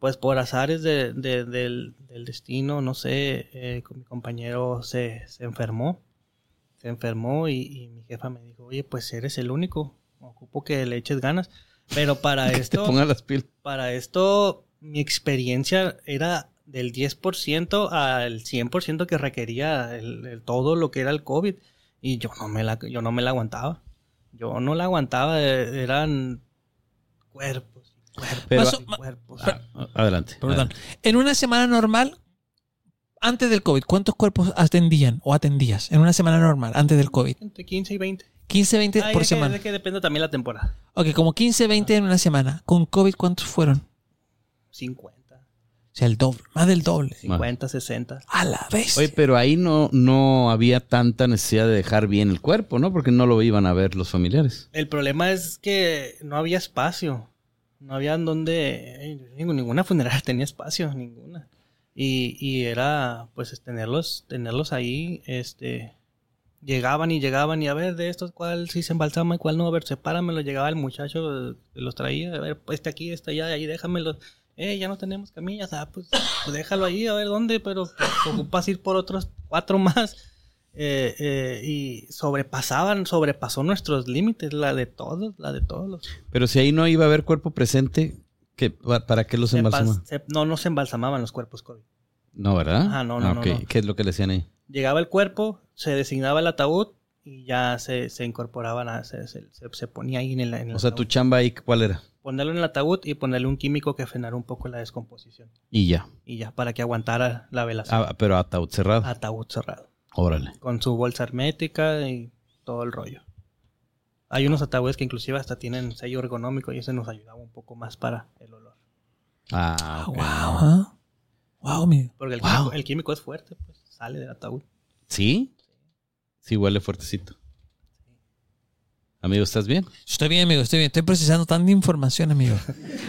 pues por azares de- de- del, del destino, no sé, eh, con mi compañero se, se enfermó. Se enfermó y, y mi jefa me dijo, oye, pues eres el único. Ocupo que le eches ganas. Pero para
Que te
esto...
pongan las pilas.
Para esto, mi experiencia era del 10% al 100% que requería el- el- todo lo que era el COVID. Y yo no me la, yo no me la aguantaba. Yo no la aguantaba. eh, Eran cuerpos, cuerpos,
Pero-
y cuerpos.
Ah, adelante.
Perdón. En una semana normal, antes del COVID, ¿cuántos cuerpos atendían o atendías en una semana normal antes del COVID?
Entre 15 y 20.
15, 20
Ay,
por
es que-
semana.
es que depende también la temporada.
Ok, como 15, 20 en una semana. ¿Con COVID cuántos fueron?
50,
O sea, el doble, más del doble.
50, 60.
A la vez.
Oye, pero ahí no, no había tanta necesidad de dejar bien el cuerpo, ¿no? Porque no lo iban a ver los familiares.
El problema es que no había espacio. No había en donde. eh, Ninguna funeraria tenía espacio, ninguna. Y, y era, pues, es tenerlos, tenerlos ahí, este. Llegaban y llegaban y a ver de estos cuál sí se embalsama y cuál no, a ver, sepáramelo, llegaba el muchacho, eh, los traía, a ver, este aquí, este allá, ahí déjamelo, eh, ya no tenemos camillas, ah, pues, pues déjalo ahí, a ver dónde, pero pues, ocupas ir por otros cuatro más. Eh, eh, y sobrepasaban, sobrepasó nuestros límites, la de todos, la de todos. los-
Pero si ahí no iba a haber cuerpo presente, ¿qué, pa- ¿para qué los
se
embalsamaban?
pas- se- no, no se embalsamaban los cuerpos COVID.
No, ¿verdad? Ah,
Ajá, Ah, no, no, no,
ok.
no.
¿Qué es lo que le hacían ahí?
Llegaba el cuerpo, se designaba el ataúd y ya se, se incorporaban, a- se, se- se- se ponía ahí en el, en el
O sea, tu
ataúd.
chamba ahí, ¿cuál era?
Ponerlo en el ataúd y ponerle un químico que frenara un poco la descomposición.
Y ya.
Y ya, para que aguantara la velación.
Ah, pero ataúd cerrado.
Ataúd cerrado.
Órale.
Con su bolsa hermética y todo el rollo. Hay unos ataúdes que inclusive hasta tienen sello ergonómico y ese nos ayudaba un poco más para el olor.
Ah, ok.
wow, ¿ah? Wow, mi-
Porque el,
Wow.
químico, el químico es fuerte, pues sale del ataúd.
¿Sí? Sí, huele fuertecito. Amigo, ¿estás bien?
Estoy bien, amigo, estoy bien. Estoy procesando tanta información, amigo.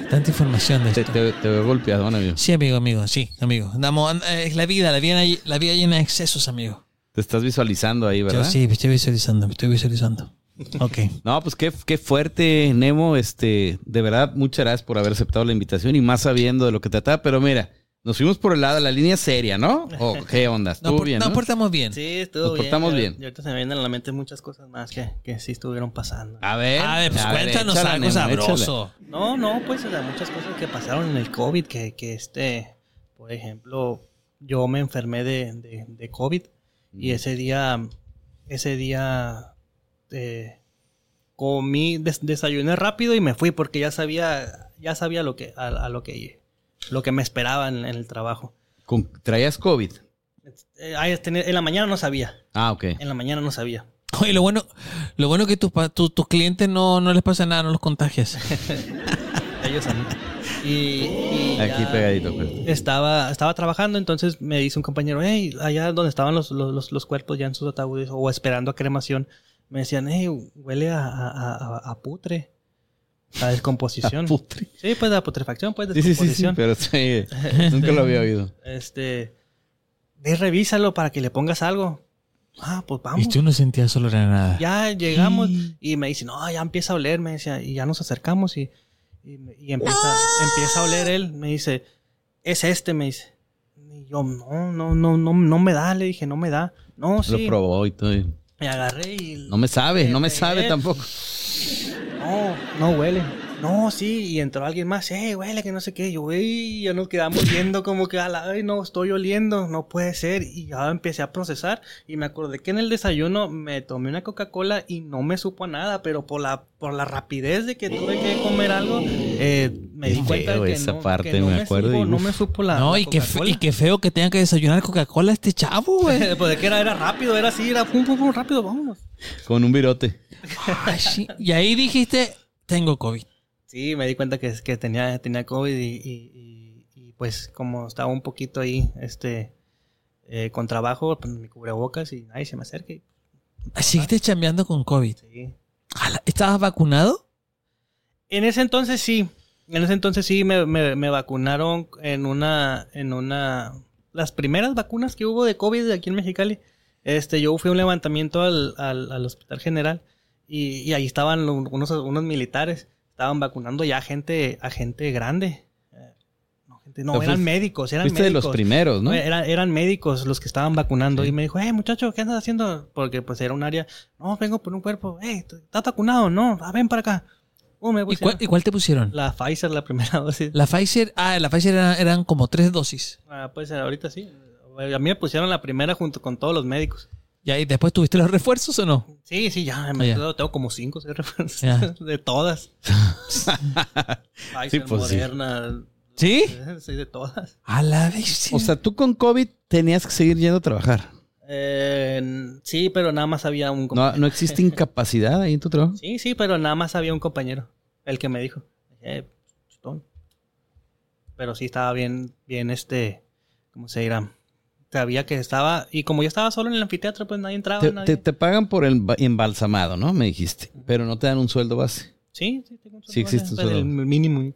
Tanta información de
Te,
esto.
te, te veo golpeado, ¿no, amigo.
Sí, amigo, amigo, sí, amigo. Andamos, and- eh, es la vida, la vida, llena- la vida llena de excesos, amigo.
Te estás visualizando ahí, ¿verdad?
Yo sí, me estoy visualizando, me estoy visualizando. Ok.
No, pues qué, qué fuerte, Nemo. Este, de verdad, muchas gracias por haber aceptado la invitación y más sabiendo de lo que trataba. Pero mira, nos fuimos por el lado de la línea seria, ¿no? ¿O qué onda?
No,
Estuvo
por-
bien,
no
¿no?
portamos bien.
Sí, estuvo
Nos
bien.
portamos
y ahor-
bien.
Y ahorita se me vienen a la mente muchas cosas más que, que sí estuvieron pasando.
A ver,
A ver, pues
a ver,
cuéntanos
échala,
algo
Nemo, échala.
sabroso.
No, no, pues o sea, muchas cosas que pasaron en el COVID, que, que este, por ejemplo, yo me enfermé de, de- de COVID
Mm.
y ese día, ese día eh, comí, des- desayuné rápido y me fui porque ya sabía, ya sabía lo que, a, a lo que, lo que me esperaba en, en el trabajo.
Con- ¿Traías COVID?
Eh, ah, este, en la mañana no sabía,
Ah, ok.
en la mañana no sabía.
Oye, lo bueno, lo bueno que tus pa- tu- tus clientes no, no les pasa nada, no los contagias.
Ellos a mí. Y, y
Aquí
ya
pegadito. pues.
Estaba, estaba trabajando, entonces me dice un compañero, hey, allá donde estaban los, los- los- los cuerpos ya en sus ataúdes o esperando a cremación, me decían, hey, huele a, a- a- a- a putre, a descomposición.
Putre.
sí, pues a putrefacción, pues
Sí, sí, sí, sí,
descomposición.
pero sí, nunca lo había oído.
Este, ve, revísalo para que le pongas algo. Ah, pues vamos.
Y tú no sentías olor a nada.
Ya llegamos y me dice, no, ya empieza a oler, me decía, y ya nos acercamos y, y, y empieza, empieza a oler él, me dice, es este, me dice. Y yo, no, no, no, no, no me da, le dije, no me da. No, sí.
Lo probó y todo. y-
Me agarré y...
No me sabe,
Le
no me
pegué.
sabe tampoco.
No, no huele. No, sí, y entró alguien más, eh, huele, que no sé qué. Y yo, "Ey", ya nos quedamos viendo como que, a la, ay, no, estoy oliendo, no puede ser. Y ya empecé a procesar y me acordé que en el desayuno me tomé una Coca-Cola y no me supo a nada, pero por la, por la rapidez de que tuve que comer algo, eh, me
Qué
di cuenta
feo
de que
esa
no,
parte,
que no
me acuerdo
supo,
y
no
uf.
me supo la
no,
la
y qué, fe-
Coca-Cola.
y qué feo que tenga que desayunar Coca-Cola este chavo, güey.
Pues de que era, era rápido, era así, era pum, pum, pum, rápido, vámonos.
Con un virote.
Ay, sí. Y ahí dijiste, tengo COVID.
Sí, me di cuenta que, que tenía, tenía COVID y, y- y- y, pues como estaba un poquito ahí este, eh, con trabajo, pues, mi cubrebocas y nadie se me acerque.
Seguiste chambeando con COVID.
Sí.
Ala, ¿Estabas vacunado?
En ese entonces sí, en ese entonces sí me, me- me vacunaron en una, en una, las primeras vacunas que hubo de COVID de aquí en Mexicali. Este, yo fui a un levantamiento al, al- al Hospital General y, y ahí estaban lo- unos, unos militares, estaban vacunando ya a gente, a gente grande. Eh, No, gente, no,
Entonces,
eran médicos, eran
Fuiste de
médicos.
los primeros, ¿no?
Oye, era- eran médicos los que estaban vacunando
Sí.
y me dijo, hey muchacho, ¿qué andas haciendo? Porque pues era un área, no, vengo por un cuerpo, hey, ¿estás vacunado? No, ah, ven para acá. Uh, me
¿Y cuál,
pusieron
y cuál te pusieron? La,
La Pfizer, la primera dosis.
Pfizer, ah, la Pfizer era- eran como tres dosis.
Ah, pues ahorita sí. A mí me pusieron la primera junto con todos los médicos.
¿Y ahí después tuviste los refuerzos o no?
Sí, sí, ya. Me
Ah, ya.
Tengo, tengo como cinco seis referencias
Ya.
de todas. Pfizer,
pues, sí.
Moderna,
¿Sí?
Soy de todas.
A la vez.
O sea, tú con COVID tenías que seguir yendo a trabajar.
Eh, n- sí, pero nada más había un
No,
compañero.
no existe incapacidad ahí en tu trabajo.
Sí, sí, pero nada más había un compañero. El que me dijo. Eh, chutón. Pero sí estaba bien, bien este. ¿Cómo se dirá? Sabía que estaba. Y como yo estaba solo en el anfiteatro, pues nadie entraba.
Te,
nadie.
te- te pagan por el ba- embalsamado, ¿no? Me dijiste. Pero no te dan un sueldo base.
Sí, sí, tengo un
Sí existe un
pero
solo.
El mínimo.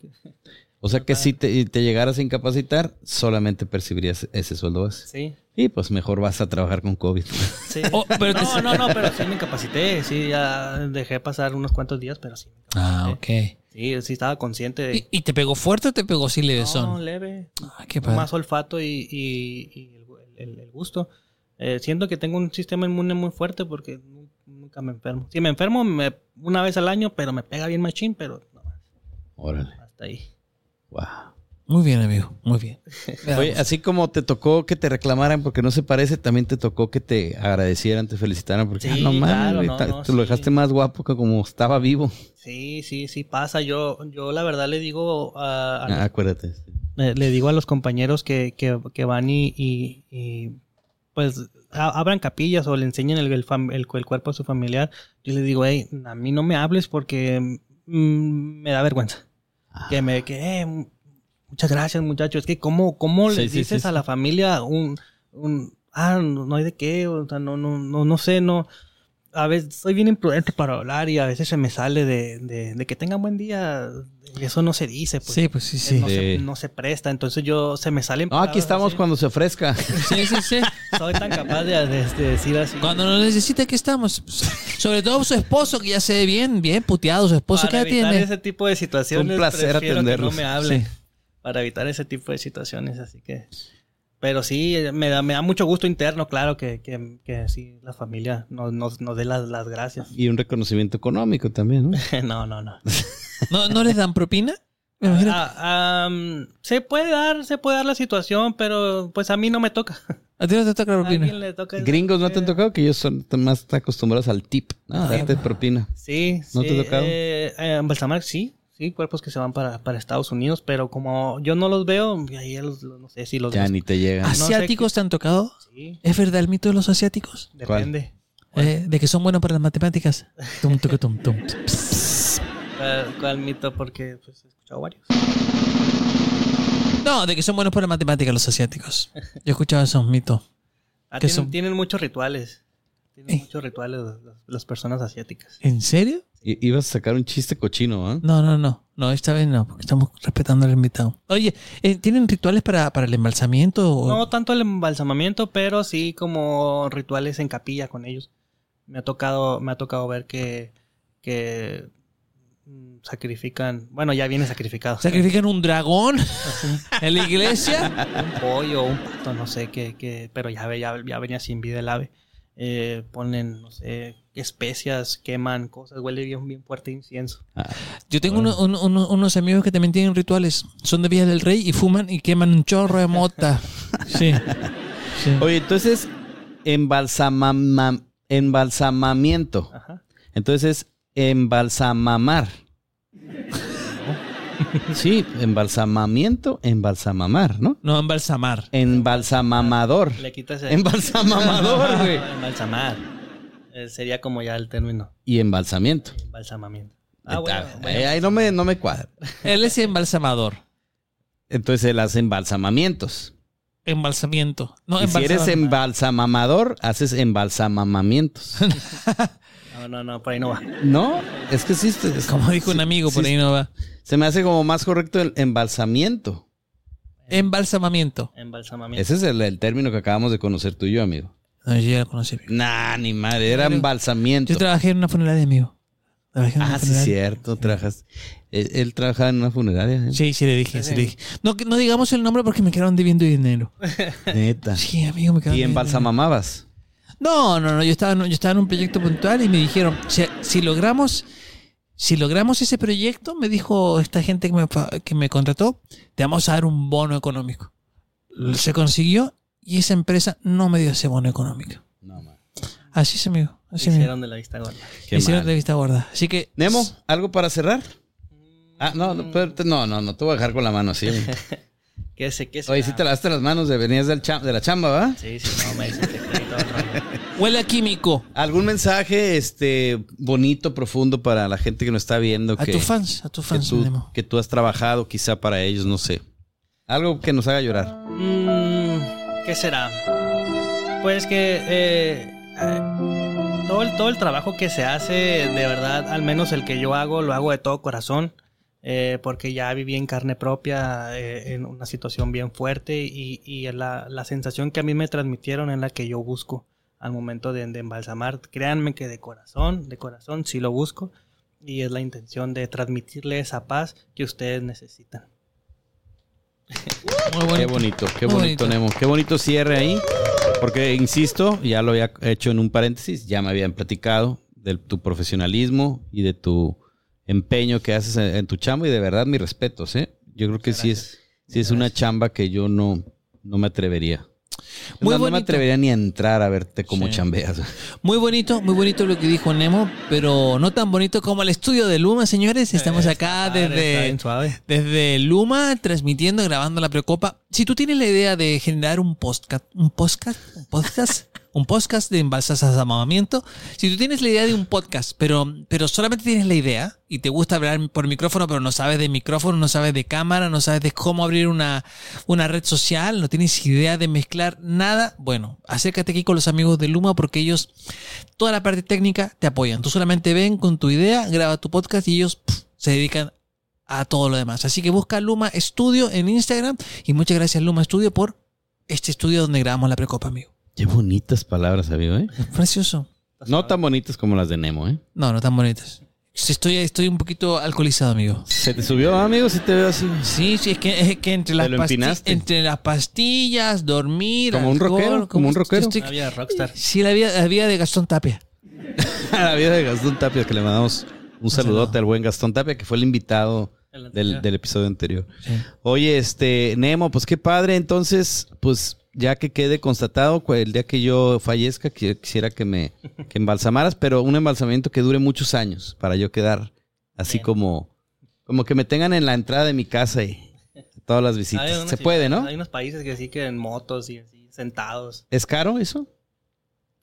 O sea que si te, te llegaras a incapacitar, solamente percibirías ese sueldo base.
Sí.
Y pues mejor vas a trabajar con COVID.
sí.
Oh, pero te-
no, no, no, pero sí me incapacité. Sí, ya dejé pasar unos cuantos días, pero sí.
Ah, ok.
Sí, sí estaba consciente de.
¿Y, eh, y te pegó fuerte o te pegó así
No,
levesón?
leve.
Ah, qué padre.
Más olfato y, y- y el, el- el gusto. Eh, siento que tengo un sistema inmune muy fuerte porque nu- nunca me enfermo. Si me enfermo me- una vez al año, pero me pega bien machín, pero no,
Órale.
hasta ahí.
Wow.
Muy bien, amigo. Muy bien.
Oye, así como te tocó que te reclamaran porque no se parece, también te tocó que te agradecieran, te felicitaran porque
Sí,
"Ah, no mames,
claro,
güey,
no,
ta-
no,
te lo
sí.
dejaste más guapo que como estaba vivo.
Sí, sí, sí pasa. Yo, yo la verdad le digo a, a los
Ah, acuérdate.
eh, le, le digo a los compañeros que, que- que van y, y- y, pues a- abran capillas o le enseñen el, el fam- el cu- el cuerpo a su familiar, yo les digo, hey, a mí no me hables porque mm, me da vergüenza.
Ah.
Que me, que, "Eh, mu- muchas gracias muchachos, es que cómo, cómo
Sí,
les
sí, sí,
dices a
sí.
la familia un, un, ah, no no hay de qué, o sea, no, no, no, no sé, no. A veces soy bien imprudente para hablar y a veces se me sale de, de- de que tengan buen día. Eso no se dice. Pues.
Sí, pues sí,
Eh,
sí.
No, se,
Sí.
no se presta, entonces yo se me salen.
No, aquí
palabras
estamos
así.
cuando se ofrezca.
Sí, sí, sí.
Soy tan capaz de, de- de decir así.
Cuando nos necesita, aquí estamos. Sobre todo su esposo, que ya se ve bien, bien puteado. Su esposo,
para
pues, ¿qué
evitar
tiene?
ese tipo de situaciones,
Un placer
prefiero
atenderlos.
que no me hablen.
Sí.
Para evitar ese tipo de situaciones, así que. Pero sí, eh, me da, me da mucho gusto interno, claro, que, que, que sí, la familia nos, nos, nos dé las, las gracias.
Y un reconocimiento económico también, ¿no?
no, no, no.
¿No, ¿No les dan propina? Me imagino.
Ah, am, se puede dar, se puede dar la situación, pero pues a mí no me toca.
¿A ti no te toca la
A
propina?
alguien le toca.
Gringos no te han
Eh,
tocado que ellos son t- más acostumbrados al tip, ¿no?
Ah,
Darte
tip.
propina.
Sí,
¿No
sí,
te ha tocado?
Eh, eh, embalsamar, sí. Sí, cuerpos que se van para, para Estados Unidos, pero como yo no los veo, ahí ya los, los- no sé si los
Ya
busco.
ni te llegan.
Ah, sé
¿Asiáticos te han tocado?
Sí,
¿Es verdad el mito de los asiáticos?
depende.
Eh, de que son buenos para las matemáticas. Tum, tucu, tum, tum.
¿Cuál, cuál mito? Porque pues, he escuchado varios.
No, de que son buenos para las matemáticas los asiáticos. Yo he escuchado esos mitos.
Ah,
¿Qué
tienen,
son?
tienen muchos rituales. Tienen
Eh.
muchos rituales los- los- las personas asiáticas.
¿En serio?
I- ibas a sacar un chiste cochino, ¿ah?
No, no, no. No, esta vez no, porque estamos respetando al invitado. Oye, eh, ¿tienen rituales para, para el embalsamiento?
Oh.
o-
No tanto el embalsamamiento, pero sí como rituales en capilla con ellos. Me ha tocado, me ha tocado ver que, que mm, sacrifican, bueno, ya viene sacrificado.
¿Sacrifican un dragón en la iglesia?
un pollo, un pato, no sé qué, qué pero ya, ve- ya, ya venía sin vida el ave. Eh, ponen, no sé, especias, queman cosas, huele bien, bien fuerte incienso.
Ah,
Yo tengo uno- uno- uno- unos amigos que también tienen rituales. Son de Villa del Rey y fuman y queman un chorro de mota. Sí. sí.
Oye, entonces, embalsamama- embalsamamiento.
Ajá.
Entonces, embalsamamar. Sí, embalsamamiento, embalsamamar, ¿no?
No, embalsamar.
Embalsamamador.
Le quitas el
Embalsamamador, güey.
Embalsamar. Eh, sería como ya el término,
Y embalsamiento.
embalsamamiento.
Ah,
Ah, bueno, bueno.
ahí- ahí no me, no me cuadra.
Él es embalsamador.
Entonces, las embalsamamientos.
Embalsamiento. No,
Y si eres
embalsamar.
embalsamamador, haces embalsamamamientos.
No, no, no, por ahí no va.
No, es que sí. es-
Como dijo un
em- sí,
amigo,
sí,
por ahí no va.
Se me hace como más correcto el embalsamiento.
Embalsamamiento.
Embalsamamiento.
Ese es el, el término que acabamos de conocer tú y yo, amigo.
No, yo ya lo conocí.
Nah, ni madre, era
Pero-
embalsamiento.
Yo trabajé en una funeraria, amigo. Trabajé en una
Ah, sí,
funeraria.
cierto, trabajas. Él, él trabajaba en una funeraria. ¿eh?
Sí, sí le dije, sí le dije. No, que- no digamos el nombre porque me quedaron debiendo dinero.
Neta.
Sí, amigo,
Ah.
me quedaron
Y
debiendo dinero.
embalsamamabas.
No, no, no. Yo estaba, en- yo estaba en un proyecto puntual y me dijeron, si, si logramos... Si logramos ese proyecto, me dijo esta gente que me, fa- que me contrató, te vamos a dar un bono económico. Se consiguió y esa empresa no me dio ese bono económico.
No, man.
Así es, amigo. Así es, amigo.
Hicieron de la vista gorda.
Qué
Hicieron
mal.
entrevista gorda. Así que.
Nemo, ¿algo para cerrar? Ah, no, no, espérate, no, no, no, te voy a dejar con la mano así. güey.
¿Qué sé qué sé?
Oye, sí te lavaste las manos, de, venías del cha- de la chamba, ¿va?
Sí, sí, no, me desinfecté y todo el rollo.
Huele a químico.
¿Algún mensaje este, bonito, profundo para la gente que nos está viendo?
A
que,
tus fans, a tus
que
fans,
tú,
Memo.
que tú has trabajado quizá para ellos, no sé. Algo que nos haga llorar.
Mm, ¿Qué será? Pues que eh, eh, todo, el, todo el trabajo que se hace, de verdad, al menos el que yo hago, lo hago de todo corazón, eh, porque ya viví en carne propia, eh, en una situación bien fuerte y, y la, la sensación que a mí me transmitieron es la que yo busco al momento de, de embalsamar. Créanme que de corazón, de corazón, sí lo busco y es la intención de transmitirle esa paz que ustedes necesitan.
Muy
Qué
bueno.
bonito, qué
Muy
bonito,
bonito.
Nemo. Qué bonito cierre ahí. Porque, insisto, ya lo había hecho en un paréntesis, ya me habían platicado de tu profesionalismo y de tu empeño que haces en, en tu chamba y de verdad mis respetos, ¿eh? Yo creo que
Muchas
sí
gracias.
es, sí es una
Gracias.
chamba que yo no, no me atrevería. Es
Muy
más, no me
bonito.
atrevería ni a entrar a verte como
Sí.
chambeas.
Muy bonito, muy bonito lo que dijo Nemo, pero no tan bonito como el estudio de Luma,
Eh,
señores. Estamos acá
Padre, Eh, está
desde,
bien suave.
desde Luma, transmitiendo, grabando la precopa. Si tú tienes la idea de generar un podcast, un podcast, un podcast, un podcast de embalsas a amamamiento, si tú tienes la idea de un podcast, pero, pero solamente tienes la idea y te gusta hablar por micrófono, pero no sabes de micrófono, no sabes de cámara, no sabes de cómo abrir una, una red social, no tienes idea de mezclar nada, bueno, acércate aquí con los amigos de Luma porque ellos toda la parte técnica te apoyan. Tú solamente ven con tu idea, graba tu podcast y ellos pf, se dedican a todo lo demás. Así que busca Luma Studio en Instagram y muchas gracias Luma Studio por este estudio donde grabamos la precopa, amigo.
Qué bonitas palabras, amigo, ¿eh?
Precioso.
No tan bonitas como las de Nemo, ¿eh?
No, no tan bonitas. Sí, Estoy, estoy un poquito alcoholizado, amigo.
¿Se te subió, amigo? Si te veo así.
Sí, sí, es que, es que entre, las
lo
pasti-
empinaste.
entre las pastillas, dormir,
Como un
alcohol,
rockero, como un rockero.
yo estoy-
Una vida de rockstar.
sí, la vida, la vida de Gastón Tapia.
A la vida de Gastón Tapia, que le mandamos un saludote
saludo.
al buen Gastón Tapia, que fue el invitado
El
del,
anterior.
del episodio anterior. Oye, este, Nemo, pues qué padre. Entonces, pues ya que quede constatado, cu- el día que yo fallezca, que- quisiera que me que embalsamaras, pero un embalsamamiento que dure muchos años para yo quedar así
Bien.
como, como que me tengan en la entrada de mi casa y todas las
Hay
visitas.
unos-
pues, Se puede, ¿no?
Hay unos países que sí que en motos y así, sentados.
¿Es caro eso?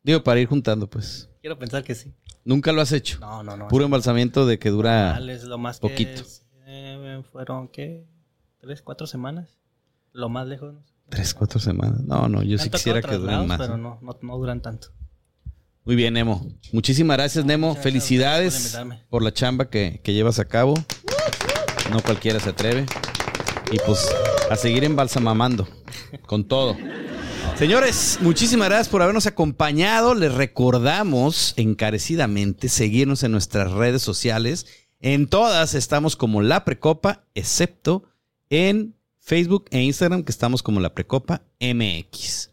Digo, para ir juntando, pues.
Quiero pensar que sí.
Nunca lo has hecho.
No, no, no.
Puro embalsamiento de que dura.
Mal, es lo más
poquito.
que es, eh, fueron, ¿qué? ¿Tres, cuatro semanas? Lo más lejos. no sé.
Tres, cuatro semanas. No, no, yo
Me
sí
han tocado
quisiera que duren
traslados,
más.
Pero
¿eh?
no, no, no duran tanto.
Muy bien, Nemo. Muchísimas gracias, Nemo.
muchas gracias a
Felicidades
ustedes por invitarme.
por la chamba que, que llevas a cabo. No cualquiera se atreve. Y pues a seguir embalsamamando con todo. Señores, muchísimas gracias por habernos acompañado. Les recordamos encarecidamente seguirnos en nuestras redes sociales. En todas estamos como La Precopa, excepto en Facebook e Instagram, que estamos como La Precopa MX.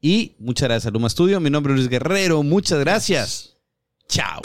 Y muchas gracias a Luma Studio. Mi nombre es Luis Guerrero. Muchas gracias. Chao.